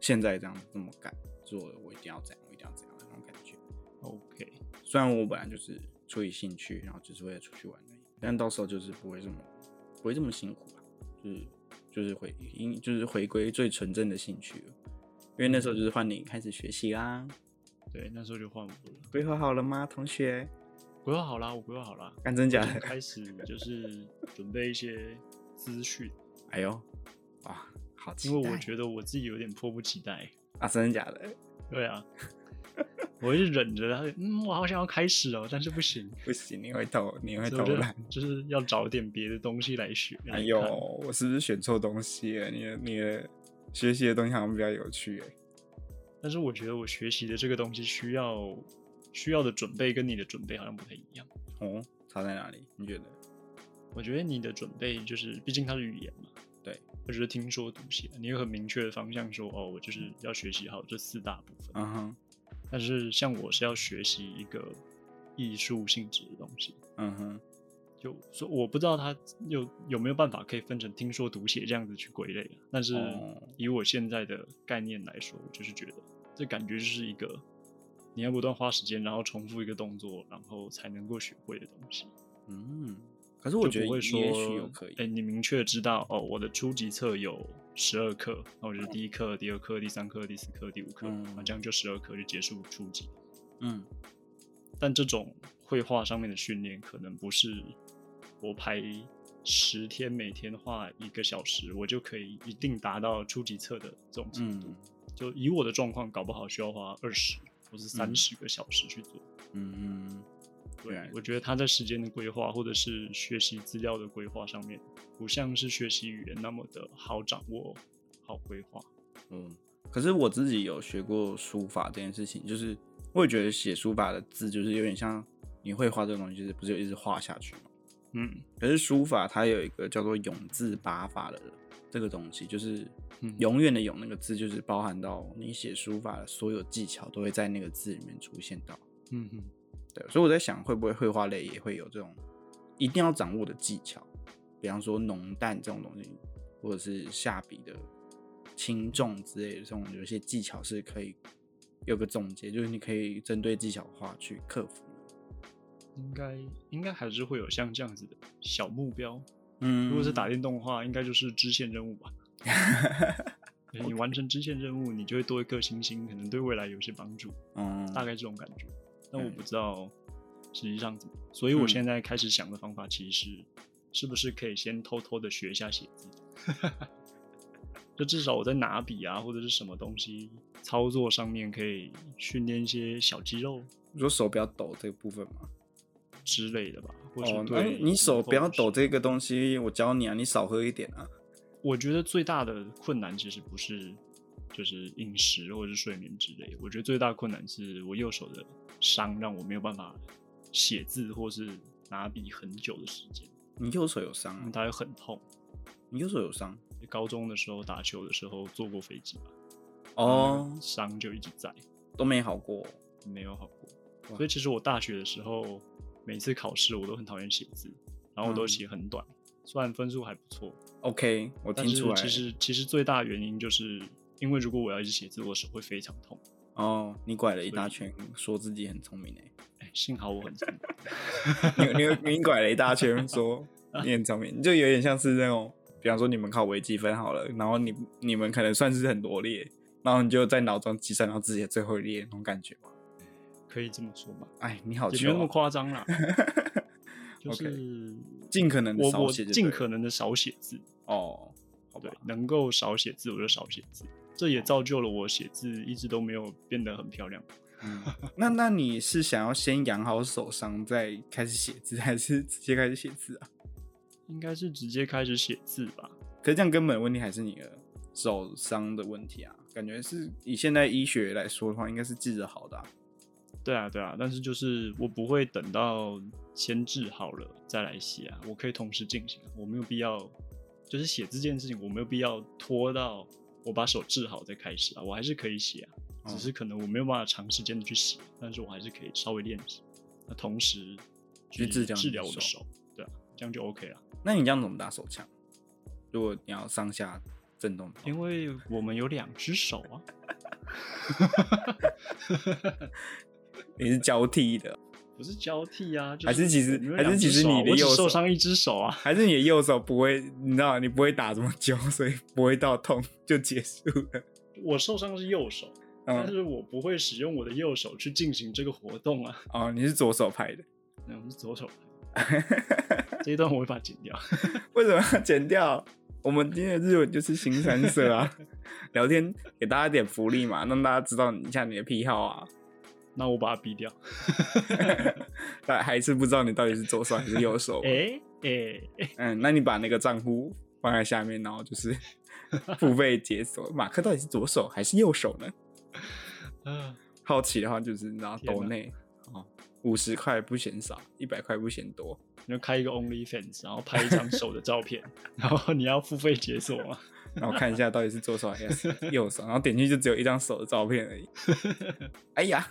[SPEAKER 2] 现在这样这么赶，说我一定要怎样，我一定要怎样的那种感觉。
[SPEAKER 1] OK，
[SPEAKER 2] 虽然我本来就是出于兴趣，然后只是为了出去玩而已，但到时候就是不会这么不会这么辛苦吧，就是就是回应就是回归最纯正的兴趣了，因为那时候就是换你开始学习啦，
[SPEAKER 1] 对，那时候就换我了。
[SPEAKER 2] 规划好了吗，同学？
[SPEAKER 1] 规划好啦，我规划好 啦，
[SPEAKER 2] 干真假
[SPEAKER 1] 已经
[SPEAKER 2] 的？
[SPEAKER 1] 开始就是准备一 些资讯，
[SPEAKER 2] 哎呦，哇，好期
[SPEAKER 1] 因
[SPEAKER 2] 待！
[SPEAKER 1] 为我觉得我自己有点迫不及待。
[SPEAKER 2] 啊，真的假的？
[SPEAKER 1] 对啊， 我一直忍着，然后嗯，我好想要开始哦，但是不 行，
[SPEAKER 2] 不行，你会 偷，你会
[SPEAKER 1] 所以我
[SPEAKER 2] 偷
[SPEAKER 1] 就
[SPEAKER 2] 懒。
[SPEAKER 1] 就是要找点别的东西来学。
[SPEAKER 2] 哎
[SPEAKER 1] 来
[SPEAKER 2] 呦
[SPEAKER 1] 看，
[SPEAKER 2] 我是不是选错东西了？你的你的学习的东西好像比较有趣哎。
[SPEAKER 1] 但是我觉得我学习的这个东西需要需要的准备跟你的准备好像不太一样。
[SPEAKER 2] 哦，差在哪里？你觉得？
[SPEAKER 1] 我觉得你的准备就是，毕竟它是语言嘛，
[SPEAKER 2] 对，
[SPEAKER 1] 或者是听说读写，你有很明确的方向说，哦，我就是要学习好这四大部分。
[SPEAKER 2] 嗯哼，
[SPEAKER 1] 但是像我是要学习一个艺术性质的东西，
[SPEAKER 2] 嗯哼。
[SPEAKER 1] 就所以我不知道它有有没有办法可以分成听说读写这样子去归类啊。但是
[SPEAKER 2] 哦
[SPEAKER 1] 以我现在的概念来说，我就是觉得这感觉就是一个你要不断花时间，然后重复一个动作，然后才能够学会的东西。
[SPEAKER 2] 嗯，可是我
[SPEAKER 1] 就
[SPEAKER 2] 觉得
[SPEAKER 1] 不会说，
[SPEAKER 2] 也许有可以，
[SPEAKER 1] 哎、你明确知道哦，我的初级册有十二课，那我就是第一课、第二课、第三课、第四课、第五课，
[SPEAKER 2] 嗯
[SPEAKER 1] 那、这样就十二课就结束初级。
[SPEAKER 2] 嗯，
[SPEAKER 1] 但这种绘画上面的训练，可能不是我排十天，每天画一个小时，我就可以一定达到初级册的这种程度。
[SPEAKER 2] 嗯
[SPEAKER 1] 就以我的状况，搞不好需要花二十或是三十个小时去做。
[SPEAKER 2] 嗯
[SPEAKER 1] 对
[SPEAKER 2] 原来，
[SPEAKER 1] 我觉得他在时间的规划或者是学习资料的规划上面，不像是学习语言那么的好掌握、好规划。
[SPEAKER 2] 嗯。可是我自己有学过书法这件事情，就是我也觉得写书法的字就是有点像你会画这个东西，就是不是就一直画下去吗？
[SPEAKER 1] 嗯，
[SPEAKER 2] 可是书法它有一个叫做“永字八法”的这个东西，就是
[SPEAKER 1] 嗯
[SPEAKER 2] 永远的“永”那个字，就是包含到你写书法的所有技巧都会在那个字里面出现到。
[SPEAKER 1] 嗯哼，
[SPEAKER 2] 对，所以我在想，会不会绘画类也会有这种一定要掌握的技巧，比方说浓淡这种东西，或者是下笔的轻重之类的这种，有一些技巧是可以有个总结，就是你可以针对技巧化去克服的。
[SPEAKER 1] 应该应该还是会有像这样子的小目标。
[SPEAKER 2] 嗯
[SPEAKER 1] 如果是打电动的话，应该就是支线任务吧。可能你完成支线任务，你就会多一颗星星，可能对未来有些帮助，
[SPEAKER 2] 嗯，
[SPEAKER 1] 大概这种感觉。但我
[SPEAKER 2] 嗯
[SPEAKER 1] 不知道实际上怎么，所以我
[SPEAKER 2] 嗯
[SPEAKER 1] 现在开始想的方法其实是，是不是可以先偷偷的学一下写 字，就至少我在拿笔啊或者是什么东西操作上面可以训练一些小肌肉
[SPEAKER 2] 你说手不要抖这个部分吗？
[SPEAKER 1] 之类的吧，或者
[SPEAKER 2] 哦，那
[SPEAKER 1] 对、
[SPEAKER 2] 你手不要抖。这个东西，我教你啊，你少喝一点啊。
[SPEAKER 1] 我觉得最大的困难其实不是就是饮食或者是睡眠之类，我觉得最大的困难是我右手的伤让我没有办法写字或是拿笔很久的时间，
[SPEAKER 2] 你右手有伤
[SPEAKER 1] 因为
[SPEAKER 2] 啊？
[SPEAKER 1] 它会很痛。
[SPEAKER 2] 你右手有伤？
[SPEAKER 1] 高中的时候打球的时候坐过飞机吧，然后那
[SPEAKER 2] 哦
[SPEAKER 1] 个，伤就一直在，
[SPEAKER 2] 都没好过。
[SPEAKER 1] 没有好过。
[SPEAKER 2] 哇
[SPEAKER 1] 所以其实我大学的时候，每次考试我都很讨厌写字，然后我都
[SPEAKER 2] 嗯
[SPEAKER 1] 写很短，虽然分数还不错，
[SPEAKER 2] OK，我
[SPEAKER 1] 但
[SPEAKER 2] 听
[SPEAKER 1] 是
[SPEAKER 2] 出来了。
[SPEAKER 1] 其实其实最大的原因就是因为如果我要一直写字，我手会非常痛。
[SPEAKER 2] 哦，你拐了一
[SPEAKER 1] 所以
[SPEAKER 2] 大圈，说自己很聪明 哎、
[SPEAKER 1] 哎幸好我很聪明
[SPEAKER 2] 你你你拐了一大 圈，说你很聪明，你就有点像是那种，比方说你们考微积分好了，然后你你们可能算是很罗列，然后你就在脑中计算到自己的最后一列那种感觉嘛。
[SPEAKER 1] 可以这么说吧，
[SPEAKER 2] 哎，你好
[SPEAKER 1] 也没有
[SPEAKER 2] 糗
[SPEAKER 1] 那么
[SPEAKER 2] 哦、
[SPEAKER 1] 夸 张啦。就
[SPEAKER 2] OK
[SPEAKER 1] 是
[SPEAKER 2] 尽可能地
[SPEAKER 1] 我
[SPEAKER 2] 少
[SPEAKER 1] 我
[SPEAKER 2] 写就
[SPEAKER 1] 尽
[SPEAKER 2] 对
[SPEAKER 1] 可能的少写字，
[SPEAKER 2] 哦，好吧
[SPEAKER 1] 对，，能够少写字我就少写字，这也造就了我写字一直都没有变得很漂亮。
[SPEAKER 2] 嗯， 那那你是想要先养好手伤再开始写字，还是直接开始写字啊？
[SPEAKER 1] 应该是直接开始写字吧？
[SPEAKER 2] 可是这样根本问题还是你的手伤的问题啊，感觉是以现在医学来说的话，应该是治得好的、啊。
[SPEAKER 1] 对啊，对啊，但是就是我不会等到先治好了再来写啊，我可以同时进行啊，我没有必要，就是写字这件事情，我没有必要拖到我把手治好再开始啊，我还是可以写啊，
[SPEAKER 2] 哦
[SPEAKER 1] 只是可能我没有办法长时间的去写，但是我还是可以稍微练习，那同时
[SPEAKER 2] 去治疗你的
[SPEAKER 1] 治疗我的
[SPEAKER 2] 手
[SPEAKER 1] 手，对啊，这样就 OK 了，
[SPEAKER 2] 那你这样怎么打手枪？如果你要上下震动的话，
[SPEAKER 1] 因为我们有两只手啊，
[SPEAKER 2] 你是交替的，
[SPEAKER 1] 不是交替啊，就
[SPEAKER 2] 还是其实
[SPEAKER 1] 我们有
[SPEAKER 2] 还是
[SPEAKER 1] 两
[SPEAKER 2] 其
[SPEAKER 1] 只
[SPEAKER 2] 实
[SPEAKER 1] 手啊
[SPEAKER 2] 你的
[SPEAKER 1] 我只
[SPEAKER 2] 右
[SPEAKER 1] 受伤一只手啊。
[SPEAKER 2] 还是你的右手不会，你知道你不会打这么久，所以不会到痛就结束了。
[SPEAKER 1] 我受伤是右手，但
[SPEAKER 2] 嗯，
[SPEAKER 1] 是我不会使用我的右手去进行这个活动啊。
[SPEAKER 2] 哦，你是左手拍的，
[SPEAKER 1] 那我是左手， 这一段我会把它剪掉。
[SPEAKER 2] 为什么要剪掉？我们今天的日文就是新三 色啊，聊天给大家点福利嘛，让大家知道一下你的癖好啊。
[SPEAKER 1] 那我把它逼掉。
[SPEAKER 2] 但还是不知道你到底是左手还是右手。
[SPEAKER 1] 哎哎哎，
[SPEAKER 2] 嗯，那你把那个账户放在下面，然后就是付费解锁。马克到底是左手还是右手呢？
[SPEAKER 1] 啊
[SPEAKER 2] 好奇的话就是你知道
[SPEAKER 1] 天哪
[SPEAKER 2] 抖内哦，五十块不嫌少，一百块不嫌多。
[SPEAKER 1] 你就开一个 OnlyFans，然后拍一张手的照片，然后你要付费解锁吗？
[SPEAKER 2] 然后看一下到底是左手还是右手，然后点进去就只有一张手的照片 而已。哎呀，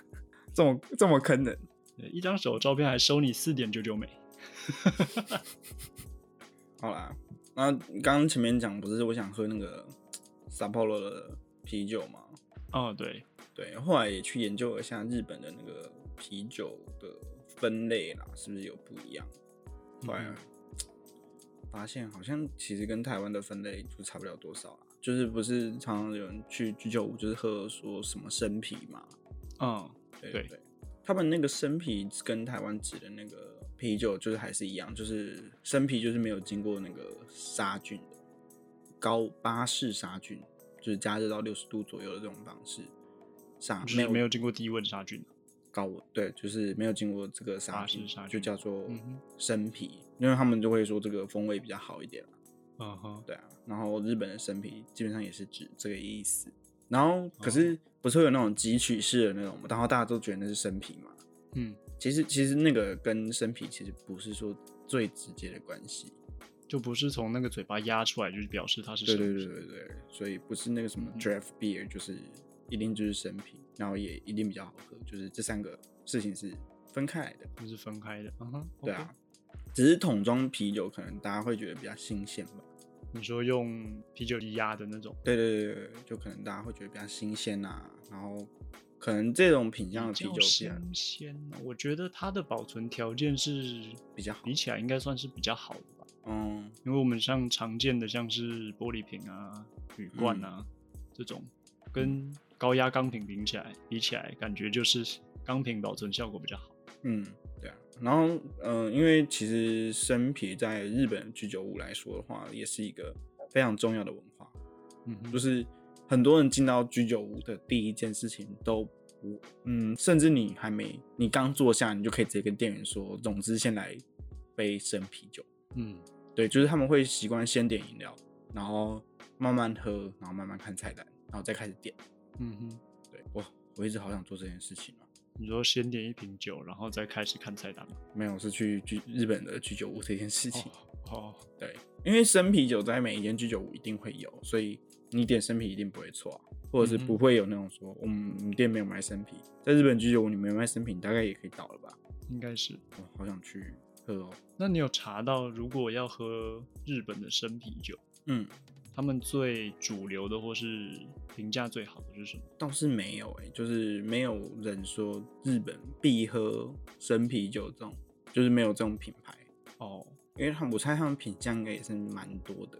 [SPEAKER 2] 这么这么坑人！
[SPEAKER 1] 对一张手的照片还收你四点九九美。
[SPEAKER 2] 好啦，那刚刚前面讲不是我想喝那个 Sapporo 的啤酒吗？
[SPEAKER 1] 哦，对，
[SPEAKER 2] 对，后来也去研究了一下日本的那个啤酒的分类啦，是不是有不一样？后来
[SPEAKER 1] 嗯
[SPEAKER 2] 发现好像其实跟台湾的分类就差不了多少啦，就是不是常常有人去居酒屋就是喝说什么生啤嘛？
[SPEAKER 1] 嗯，
[SPEAKER 2] 对
[SPEAKER 1] 对
[SPEAKER 2] 对，他们那个生啤跟台湾指的那个啤酒就是还是一样，就是生啤就是没有经过那个杀菌的高巴氏杀菌，就是加热到六十度左右的这种方式杀，
[SPEAKER 1] 就是
[SPEAKER 2] 没有
[SPEAKER 1] 没有经过低温杀菌。
[SPEAKER 2] 高温，对，就是没有经过这个杀
[SPEAKER 1] 巴氏
[SPEAKER 2] 菌，
[SPEAKER 1] 杀
[SPEAKER 2] 就
[SPEAKER 1] 菌
[SPEAKER 2] 叫做
[SPEAKER 1] 嗯哼
[SPEAKER 2] 生啤，因为他们就会说这个风味比较好一点啦
[SPEAKER 1] 嗯哼，
[SPEAKER 2] 对啊，然后日本的生啤基本上也是指这个意思。然后
[SPEAKER 1] 哦
[SPEAKER 2] 可是不是会有那种汲取式的那种嘛，然后大家都觉得那是生啤嘛。
[SPEAKER 1] 嗯，
[SPEAKER 2] 其实其实那个跟生啤其实不是说最直接的关系。
[SPEAKER 1] 就不是从那个嘴巴压出来，就是表示它是
[SPEAKER 2] 对
[SPEAKER 1] 生
[SPEAKER 2] 对
[SPEAKER 1] 啤
[SPEAKER 2] 对对对，所以不是那个什么
[SPEAKER 1] 嗯
[SPEAKER 2] draft beer 就是一定就是生啤，然后也一定比较好喝，就是这三个事情是分开来的。
[SPEAKER 1] 就是分开的。嗯哼，
[SPEAKER 2] 对啊，只是桶装啤酒可能大家会觉得比较新鲜吧。
[SPEAKER 1] 你说用啤酒机压的那种，
[SPEAKER 2] 对对对对，对就可能大家会觉得比较新鲜啊，然后可能这种品相的啤
[SPEAKER 1] 比
[SPEAKER 2] 酒
[SPEAKER 1] 较
[SPEAKER 2] 比较
[SPEAKER 1] 新鲜哦。我觉得它的保存条件是
[SPEAKER 2] 比较好
[SPEAKER 1] 比起来应该算是比较好的吧，
[SPEAKER 2] 嗯嗯
[SPEAKER 1] 因为我们像常见的像是玻璃瓶啊、铝罐啊，这种，跟高压钢瓶比起来，比起来感觉就是钢瓶保存效果比较好。
[SPEAKER 2] 嗯，对啊。然后，嗯、因为其实生啤在日本居酒屋来说的话，也是一个非常重要的文化。
[SPEAKER 1] 嗯哼，
[SPEAKER 2] 就是很多人进到居酒屋的第一件事情都不，嗯，甚至你还没你刚坐下，你就可以直接跟店员说，总之先来杯生啤酒。
[SPEAKER 1] 嗯
[SPEAKER 2] 对，就是他们会习惯先点饮料，然后慢慢喝，然后慢慢看菜单，然后再开始点。
[SPEAKER 1] 嗯哼，
[SPEAKER 2] 对，哇，我一直好想做这件事情啊。
[SPEAKER 1] 你说先点一瓶酒，然后再开始看菜单吗。
[SPEAKER 2] 没有，是去居日本的居酒屋这件事情。
[SPEAKER 1] 哦，
[SPEAKER 2] 对，因为生啤酒在每一间居酒屋一定会有，所以你点生啤一定不会错啊、或者是
[SPEAKER 1] 嗯哼
[SPEAKER 2] 不会有那种说，嗯，我们店没有卖生啤，在日本居酒屋你没有卖生啤，你大概也可以倒了吧？
[SPEAKER 1] 应该是。
[SPEAKER 2] 我好想去喝哦。
[SPEAKER 1] 那你有查到，如果要喝日本的生啤酒，
[SPEAKER 2] 嗯，
[SPEAKER 1] 他们最主流的或是评价最好的是什么？
[SPEAKER 2] 倒是没有诶、就是没有人说日本必喝生啤酒这种，就是没有这种品牌，
[SPEAKER 1] 哦，
[SPEAKER 2] 因为他们我猜他们品相应该也是蛮多的。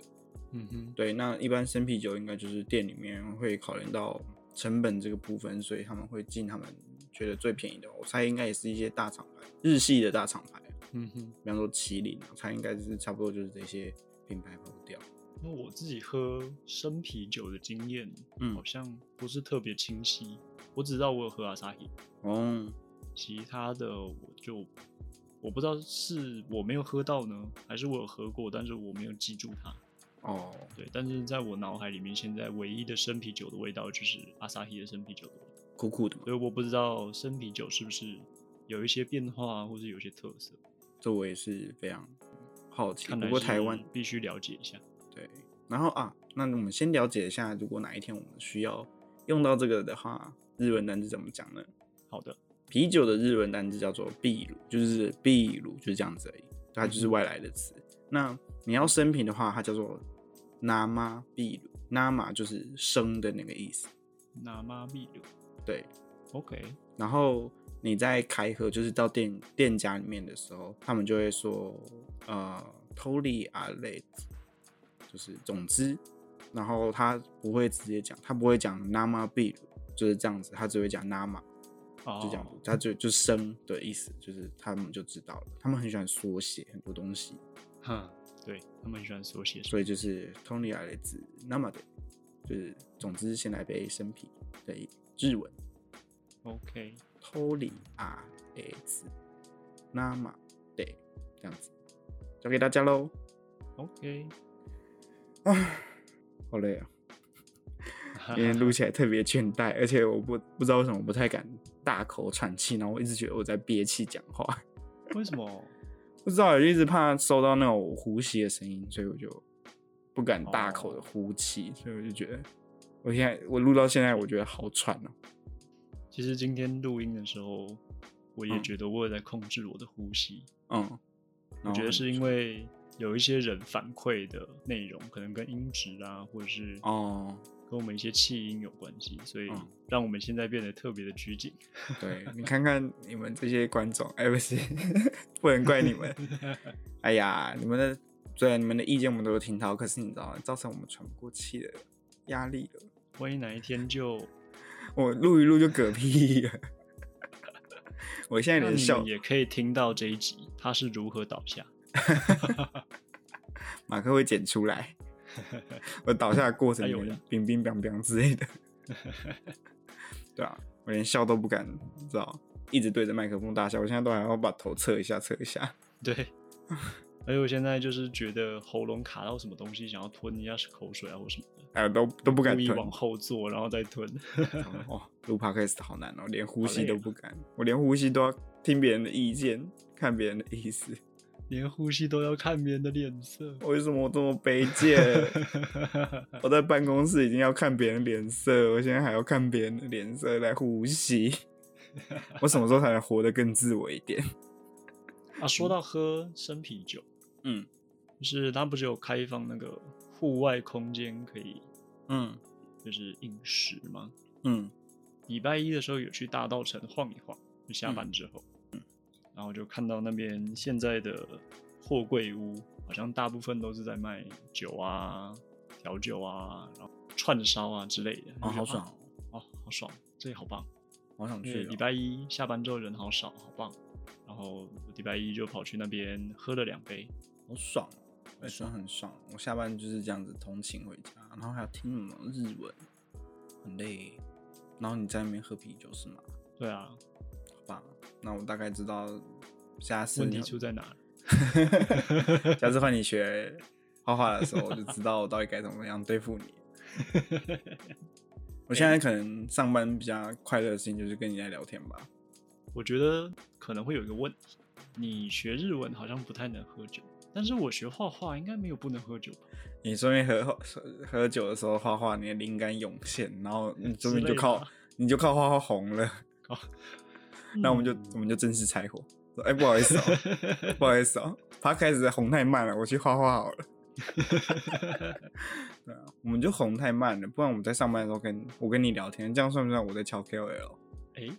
[SPEAKER 1] 嗯哼，
[SPEAKER 2] 对，那一般生啤酒应该就是店里面会考量到成本这个部分，所以他们会进他们觉得最便宜的。我猜应该也是一些大厂牌，日系的大厂牌，
[SPEAKER 1] 嗯哼。
[SPEAKER 2] 比方说麒麟，我猜应该就是差不多就是这些品牌跑不掉。
[SPEAKER 1] 那我自己喝生啤酒的经验，
[SPEAKER 2] 嗯
[SPEAKER 1] 好像不是特别清晰。我只知道我有喝阿萨希，
[SPEAKER 2] 哦，
[SPEAKER 1] 其他的我就我不知道是我没有喝到呢，还是我有喝过，但是我没有记住它。
[SPEAKER 2] 哦，
[SPEAKER 1] 对，但是在我脑海里面，现在唯一的生啤酒的味道就是阿萨希的生啤酒的味道，
[SPEAKER 2] 酷酷的嘛，
[SPEAKER 1] 所以我不知道生啤酒是不是有一些变化，或是有一些特色。
[SPEAKER 2] 这我也是非常好奇。
[SPEAKER 1] 看
[SPEAKER 2] 不
[SPEAKER 1] 来
[SPEAKER 2] 过台
[SPEAKER 1] 是
[SPEAKER 2] 湾
[SPEAKER 1] 必须了解一下。
[SPEAKER 2] 对，然后啊，那我们先了解一下，如果哪一天我们需要用到这个的话，日文单字怎么讲呢？
[SPEAKER 1] 好的，
[SPEAKER 2] 啤酒的日文单字叫做秘鲁，就是秘鲁，就是这样子而已，它就是外来的词。那你要生啤的话，它叫做 nama 秘鲁，nama 就是生的那个意思，
[SPEAKER 1] 那妈秘鲁
[SPEAKER 2] 对。
[SPEAKER 1] ，OK，
[SPEAKER 2] 然后你在开喝，就是到店店家里面的时候，他们就会说呃 toli a l e 就是总之，然后他不会直接讲，他不会讲 nama 秘鲁，就是这样子，他只会讲 nama。
[SPEAKER 1] 哦，
[SPEAKER 2] 就讲他就就生的意思，就是他们就知道了。他们很喜欢缩写很多东西，
[SPEAKER 1] 哼，对他们很喜欢缩写，
[SPEAKER 2] 所以就是 Tony 来了自 Nama 的，就是总之先来杯生啤的日文
[SPEAKER 1] OK，
[SPEAKER 2] Tony 啊 S Nama 对这样子，交给大家喽。
[SPEAKER 1] OK，
[SPEAKER 2] 好累啊，
[SPEAKER 1] 啊
[SPEAKER 2] 今天录起来特别倦怠，而且我不不知道为什么我不太敢大口喘气，然后我一直觉得我在憋气讲话，
[SPEAKER 1] 为什么？
[SPEAKER 2] 不知道，我就一直怕收到那种呼吸的声音，所以我就不敢大口的呼气，
[SPEAKER 1] 哦
[SPEAKER 2] 所以我就觉得，我现在我录到现在，我觉得好喘哦、
[SPEAKER 1] 其实今天录音的时候，我也
[SPEAKER 2] 嗯
[SPEAKER 1] 觉得我有在控制我的呼吸。
[SPEAKER 2] 嗯，
[SPEAKER 1] 我觉得是因
[SPEAKER 2] 为
[SPEAKER 1] 为有一些人反馈的内容，可能跟音质啊，或者是
[SPEAKER 2] 哦，
[SPEAKER 1] 跟我们一些气音有关系，所以
[SPEAKER 2] 嗯
[SPEAKER 1] 让我们现在变得特别的拘谨。
[SPEAKER 2] 对 你看看你们这些观众，哎、不是， 不能怪 你们，哎呀，你们的虽然你们的意见我们都有听到，可是你知道，造成我们喘不过气的压力了，
[SPEAKER 1] 万一哪一天就
[SPEAKER 2] 我录一录就嗝屁了， 我现在
[SPEAKER 1] 让
[SPEAKER 2] 连
[SPEAKER 1] 你
[SPEAKER 2] 笑
[SPEAKER 1] 们也可以听到这一集他是如何倒下。
[SPEAKER 2] 马克会剪 出来。我倒下的过程
[SPEAKER 1] 还
[SPEAKER 2] 有
[SPEAKER 1] 有呢
[SPEAKER 2] 冰冰冰冰之类的。对啊，我连笑都不敢，你知道，一直对着麦克风大笑。我现在都还要把头侧一下，侧一下。
[SPEAKER 1] 对，
[SPEAKER 2] 嗯
[SPEAKER 1] 而且我现在就是觉得喉咙卡到什么东西，想要吞一下口水啊或什么的，
[SPEAKER 2] 哎，都都不敢
[SPEAKER 1] 故意
[SPEAKER 2] 吞。
[SPEAKER 1] 往后坐然后再吞。
[SPEAKER 2] 哦，录 podcast 好难哦，连呼
[SPEAKER 1] 好
[SPEAKER 2] 吸
[SPEAKER 1] 累
[SPEAKER 2] 都
[SPEAKER 1] 啊
[SPEAKER 2] 不敢，我连呼吸都要听别人的意见，看别人的意思。
[SPEAKER 1] 连呼吸都要看别人的脸色。
[SPEAKER 2] 为什么我这么卑 贱？我在办公室已经要看别人脸色，我现在还要看别人的脸色来呼吸。我什么时候才能活得更自我一点？
[SPEAKER 1] 啊，说到喝生啤酒，
[SPEAKER 2] 嗯
[SPEAKER 1] 就是它不是有开放那个户外空间可以
[SPEAKER 2] 嗯
[SPEAKER 1] 就是饮食吗？
[SPEAKER 2] 嗯
[SPEAKER 1] 礼拜一的时候有去大道城晃一晃，就下
[SPEAKER 2] 嗯
[SPEAKER 1] 班之后，嗯然后就看到那边现在的货柜屋好像大部分都是在卖酒啊、调酒啊，然后串烧啊之类的。
[SPEAKER 2] 哦，
[SPEAKER 1] 你就觉得
[SPEAKER 2] 好爽，哦，
[SPEAKER 1] 哦，好爽，这里好棒。
[SPEAKER 2] 好想
[SPEAKER 1] 因为
[SPEAKER 2] 去
[SPEAKER 1] 礼
[SPEAKER 2] 哦。
[SPEAKER 1] 拜一下班之后人好少，好棒。然后我礼拜一就跑去那边喝了两杯，
[SPEAKER 2] 好爽哦，我也觉得很爽。我下班就是这样子通勤回家，然后还要听什么日文，很累。然后你在那边喝啤酒是吗？
[SPEAKER 1] 对啊，
[SPEAKER 2] 好吧，那我大概知道下次
[SPEAKER 1] 问
[SPEAKER 2] 你
[SPEAKER 1] 题出在哪？
[SPEAKER 2] 下次换你学画画的时候，我就知道我到底该怎么样 对付你。我现在可能上班比较快乐的事情就是跟你来聊天吧。
[SPEAKER 1] 我觉得可能会有一个问题，你学日文好像不太能喝酒，但是我学画画应该没有不能喝酒吧？
[SPEAKER 2] 你顺便喝喝酒的时候画画，你的灵感涌现，然后你
[SPEAKER 1] 之
[SPEAKER 2] 说不定就
[SPEAKER 1] 类的
[SPEAKER 2] 靠
[SPEAKER 1] 吧
[SPEAKER 2] 你就靠画画红了。那我们就我们就正式拆伙。说哎、不好意思哦、 不好意思哦、他开始红太慢了，我去画画好了。对啊，我们就红太慢了，不然我们在上班的时候跟我跟你聊天，这样算不算我在敲 KOL？
[SPEAKER 1] 哎、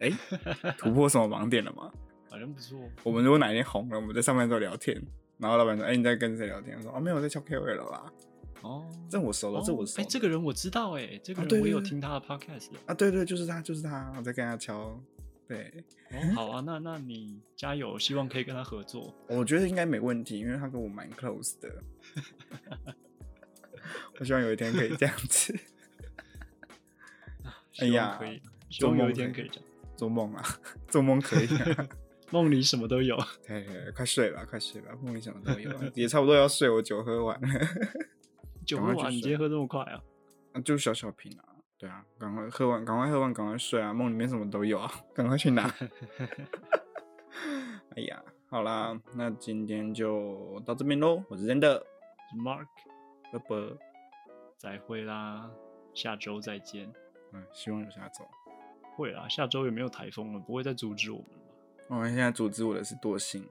[SPEAKER 2] 哎、突破什么盲点了吗？
[SPEAKER 1] 好像不错哦，
[SPEAKER 2] 我们如果哪一天红了，我们在上班的时候聊天，然后老板说：“哎、你在跟谁聊天？”我说：“哦，没有，我在敲 KOL 啦。
[SPEAKER 1] 哦”
[SPEAKER 2] 这我熟了，这我熟
[SPEAKER 1] 哎、
[SPEAKER 2] 了。
[SPEAKER 1] 这个人我知道、哎，这个
[SPEAKER 2] 哦对
[SPEAKER 1] 人我有
[SPEAKER 2] 对
[SPEAKER 1] 听他的 podcast，、
[SPEAKER 2] 啊，对对，就是他，就是他，我在跟他敲。对，
[SPEAKER 1] 哦，好啊，那那你加油，希望可以跟他合作。
[SPEAKER 2] 我觉得应该没问题，因为他跟我蛮 close 的。 我希望有一天可以这样子，哎
[SPEAKER 1] 希
[SPEAKER 2] 呀
[SPEAKER 1] 望可以，希
[SPEAKER 2] 做
[SPEAKER 1] 望有
[SPEAKER 2] 梦
[SPEAKER 1] 一天
[SPEAKER 2] 可
[SPEAKER 1] 可
[SPEAKER 2] 以
[SPEAKER 1] 以这样，
[SPEAKER 2] 做梦啊， 做梦可以、啊。
[SPEAKER 1] 梦里什么都有。
[SPEAKER 2] 对对对，快睡吧，快睡吧，梦里什么都有啊，也差不多要睡，我酒喝完了，
[SPEAKER 1] 酒
[SPEAKER 2] 赶快
[SPEAKER 1] 喝
[SPEAKER 2] 去
[SPEAKER 1] 完，你今
[SPEAKER 2] 睡
[SPEAKER 1] 天喝这么快啊？
[SPEAKER 2] 啊就小小瓶啊。对啊，赶快喝完，赶快喝完，赶快睡啊！梦里面什么都有啊，赶快去拿。 哎呀，好啦，那今天就到这边喽。我是真的，
[SPEAKER 1] Mark，
[SPEAKER 2] 拜拜。
[SPEAKER 1] 再会啦，下周再见。
[SPEAKER 2] 嗯，希望有下周。
[SPEAKER 1] 会啦，下周也没有
[SPEAKER 2] 哦
[SPEAKER 1] 台风了，不会再阻止我们了。
[SPEAKER 2] 我们现在阻止我的是惰性。